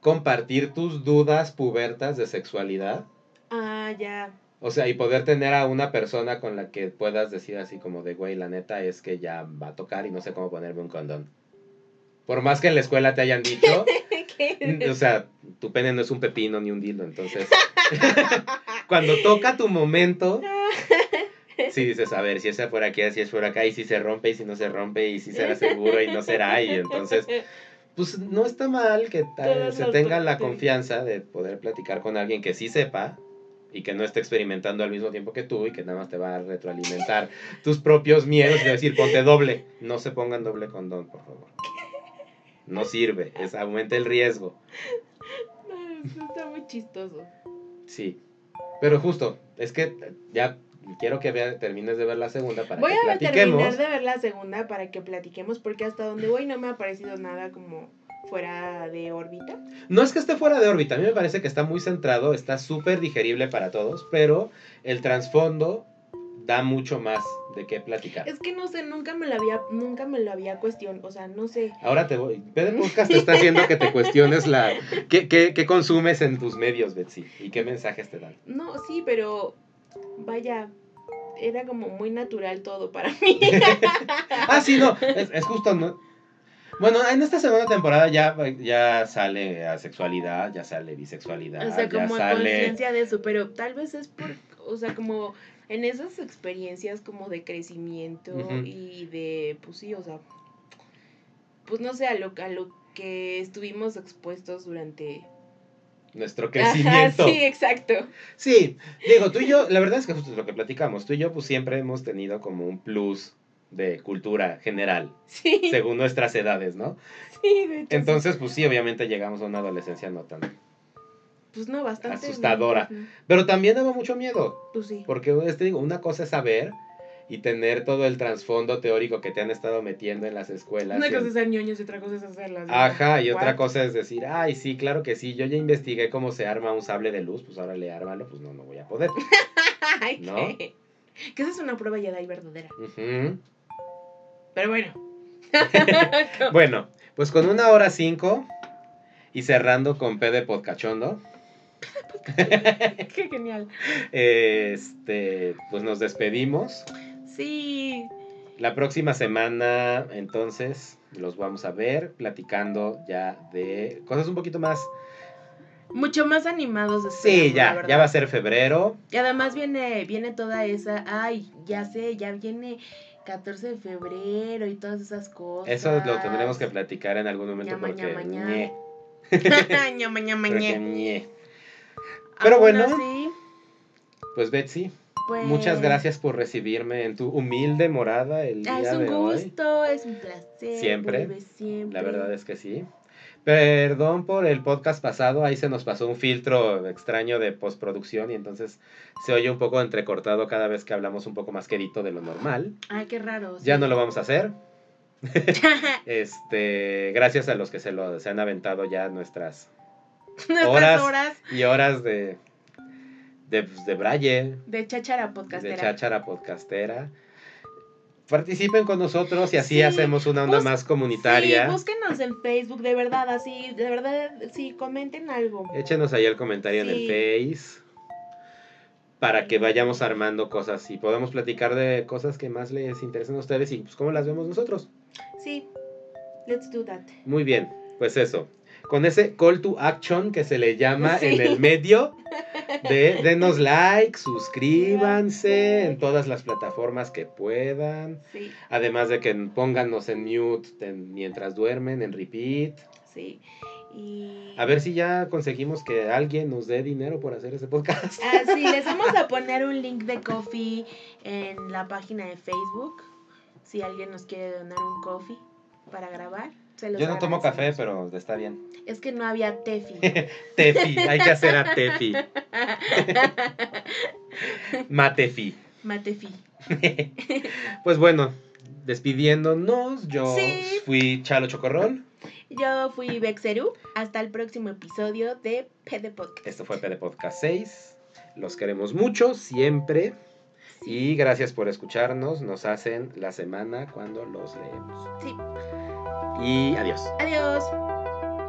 Speaker 2: compartir tus dudas pubertas de sexualidad.
Speaker 1: Ah, ya, (laughs)
Speaker 2: O sea, y poder tener a una persona con la que puedas decir así como de, güey, la neta es que ya va a tocar y no sé cómo ponerme un condón. Por más que en la escuela te hayan dicho,
Speaker 1: ¿qué?
Speaker 2: o sea, tu pene no es un pepino ni un dildo, entonces... (laughs) cuando toca tu momento, si dices, a ver, si es por aquí, si es por acá, y si se rompe, y si no se rompe, y si será seguro, y no será, y
Speaker 1: (laughs)
Speaker 2: entonces, pues no está mal que ta-
Speaker 1: Todas
Speaker 2: se
Speaker 1: las
Speaker 2: tenga la
Speaker 1: posibilidades.
Speaker 2: confianza de poder platicar con alguien que sí sepa y que no esté experimentando al mismo tiempo que tú y que nada más te va a retroalimentar tus propios miedos y decir, ponte doble, no se pongan doble condón, por favor. No sirve, es aumenta el riesgo.
Speaker 1: No, eso está muy chistoso.
Speaker 2: Sí. Pero justo, es que ya quiero que vea- termines de ver la segunda para
Speaker 1: Voy
Speaker 2: que
Speaker 1: a terminar
Speaker 2: platiquemos.
Speaker 1: de ver la segunda para que platiquemos, porque hasta donde voy no me ha parecido nada como fuera de órbita.
Speaker 2: No es que esté fuera de órbita, a mí me parece que está muy centrado, está súper digerible para todos, pero el trasfondo da mucho más de qué platicar.
Speaker 1: Es que no sé, nunca me lo había, nunca me lo había cuestionado, o sea, no sé.
Speaker 2: Ahora te voy.
Speaker 1: (laughs)
Speaker 2: Pedro Podcast te está haciendo que te cuestiones la. ¿Qué, qué, qué consumes en tus medios, Betsy? ¿Y qué mensajes te dan?
Speaker 1: No, sí, pero vaya, era como muy natural todo para (laughs) mí.
Speaker 2: Ah, sí, no. Es, es justo, ¿no? Bueno, en esta segunda temporada ya, ya sale asexualidad, ya sale bisexualidad,
Speaker 1: O sea, como
Speaker 2: ya sale.
Speaker 1: conciencia de eso, pero tal vez es por, o sea, como en esas experiencias como de crecimiento
Speaker 2: Ujú.
Speaker 1: y de, pues sí, o sea, pues no sé, a lo, a lo que estuvimos expuestos durante... (laughs)
Speaker 2: Nuestro
Speaker 1: Ajá,
Speaker 2: crecimiento.
Speaker 1: sí, exacto. (laughs)
Speaker 2: Sí, Diego, tú y yo, la verdad es que justo es lo que platicamos. Tú y yo, pues siempre hemos tenido como un plus de cultura general,
Speaker 1: Sí,
Speaker 2: según nuestras edades, ¿no?
Speaker 1: (laughs) sí, de hecho, sí.
Speaker 2: Entonces, pues sí, obviamente llegamos a una adolescencia no tan
Speaker 1: Pues no, bastante...
Speaker 2: asustadora.
Speaker 1: bien,
Speaker 2: Pero también daba mucho miedo,
Speaker 1: Pues sí.
Speaker 2: porque es, te digo, una cosa es saber y tener todo el trasfondo teórico que te han estado metiendo en las escuelas.
Speaker 1: Una
Speaker 2: y-
Speaker 1: cosa es ser ñoños y otra cosa es hacerlas. ¿no?
Speaker 2: Ajá, y otra
Speaker 1: What?
Speaker 2: cosa es decir, ay, sí, claro que sí, yo ya investigué cómo se arma un sable de luz, pues ahora le ármalo, pues no, no voy a poder.
Speaker 1: (laughs) Ay,
Speaker 2: ¿No?
Speaker 1: qué- Que esa es una prueba Jedi verdadera.
Speaker 2: Ujú.
Speaker 1: Pero bueno.
Speaker 2: Bueno, pues con una hora cinco y cerrando con P de Podcachondo,
Speaker 1: (laughs) qué genial.
Speaker 2: este, pues nos despedimos.
Speaker 1: Sí,
Speaker 2: La próxima semana, entonces, los vamos a ver platicando ya de cosas un poquito más.
Speaker 1: mucho más animados.
Speaker 2: Sí,
Speaker 1: esperamos, la
Speaker 2: ya,
Speaker 1: verdad.
Speaker 2: ya va a ser febrero.
Speaker 1: Y además viene, viene toda esa, ay, ya sé, ya viene 14 de febrero y todas esas cosas.
Speaker 2: Eso lo tendremos
Speaker 1: (laughs)
Speaker 2: que platicar en algún momento
Speaker 1: Ñama,
Speaker 2: porque.
Speaker 1: ñama, ñama.
Speaker 2: ñe,
Speaker 1: platicar. ñama, ñama,
Speaker 2: porque
Speaker 1: ñe.
Speaker 2: ñe. Pero
Speaker 1: Aún
Speaker 2: bueno.
Speaker 1: así,
Speaker 2: Pues Betsy,
Speaker 1: pues,
Speaker 2: muchas gracias por recibirme en tu humilde morada el día
Speaker 1: Ah, es un
Speaker 2: de hoy.
Speaker 1: gusto, es un placer.
Speaker 2: Siempre.
Speaker 1: vuelve siempre.
Speaker 2: La verdad es que sí. Perdón por el podcast pasado, ahí se nos pasó un filtro extraño de postproducción y entonces se oye un poco entrecortado cada vez que hablamos un poco más quedito de lo normal.
Speaker 1: Ay, qué raro.
Speaker 2: Ya no lo vamos a hacer. Este, gracias a los que se lo se han aventado ya nuestras
Speaker 1: (laughs) Nuestras
Speaker 2: Horas.
Speaker 1: horas,
Speaker 2: y horas de de, de braille,
Speaker 1: de cháchara
Speaker 2: de
Speaker 1: podcastera.
Speaker 2: cháchara podcastera. Participen con nosotros y así
Speaker 1: Sí,
Speaker 2: hacemos una onda
Speaker 1: bus-
Speaker 2: más comunitaria.
Speaker 1: Sí, búsquenos en Facebook, de verdad, así, de verdad, sí, comenten algo.
Speaker 2: Échenos ahí el comentario en el
Speaker 1: Sí.
Speaker 2: Face para que vayamos armando cosas y podamos platicar de cosas que más les interesan a ustedes y pues cómo las vemos nosotros.
Speaker 1: Sí, let's do that.
Speaker 2: Muy bien, pues eso. Con ese call to action que se le llama
Speaker 1: Sí.
Speaker 2: en el medio de denos like, suscríbanse en todas las plataformas que puedan.
Speaker 1: Sí,
Speaker 2: Además de que pónganos en mute en- mientras duermen, en repeat.
Speaker 1: sí. Y...
Speaker 2: A ver si ya conseguimos que alguien nos dé dinero por hacer ese podcast.
Speaker 1: Ah, sí, les vamos
Speaker 2: (laughs)
Speaker 1: a poner un link de coffee en la página de Facebook. Si alguien nos quiere donar un coffee para grabar, se los
Speaker 2: Yo no tomo café,
Speaker 1: agradecemos.
Speaker 2: pero está bien.
Speaker 1: Es que no había
Speaker 2: (laughs)
Speaker 1: tefi. (laughs)
Speaker 2: Tefi, hay que hacer a Tefi.
Speaker 1: (laughs)
Speaker 2: Matefi.
Speaker 1: Matefi.
Speaker 2: Pues bueno, despidiéndonos, yo
Speaker 1: Sí.
Speaker 2: fui Chalo Chocorrol.
Speaker 1: Yo fui Bexeru. Hasta el próximo episodio de PD Podcast.
Speaker 2: Esto fue PD Podcast 6. Los queremos mucho, siempre. Y gracias por escucharnos. Nos hacen la semana cuando los leemos.
Speaker 1: Sí.
Speaker 2: Y adiós.
Speaker 1: Adiós.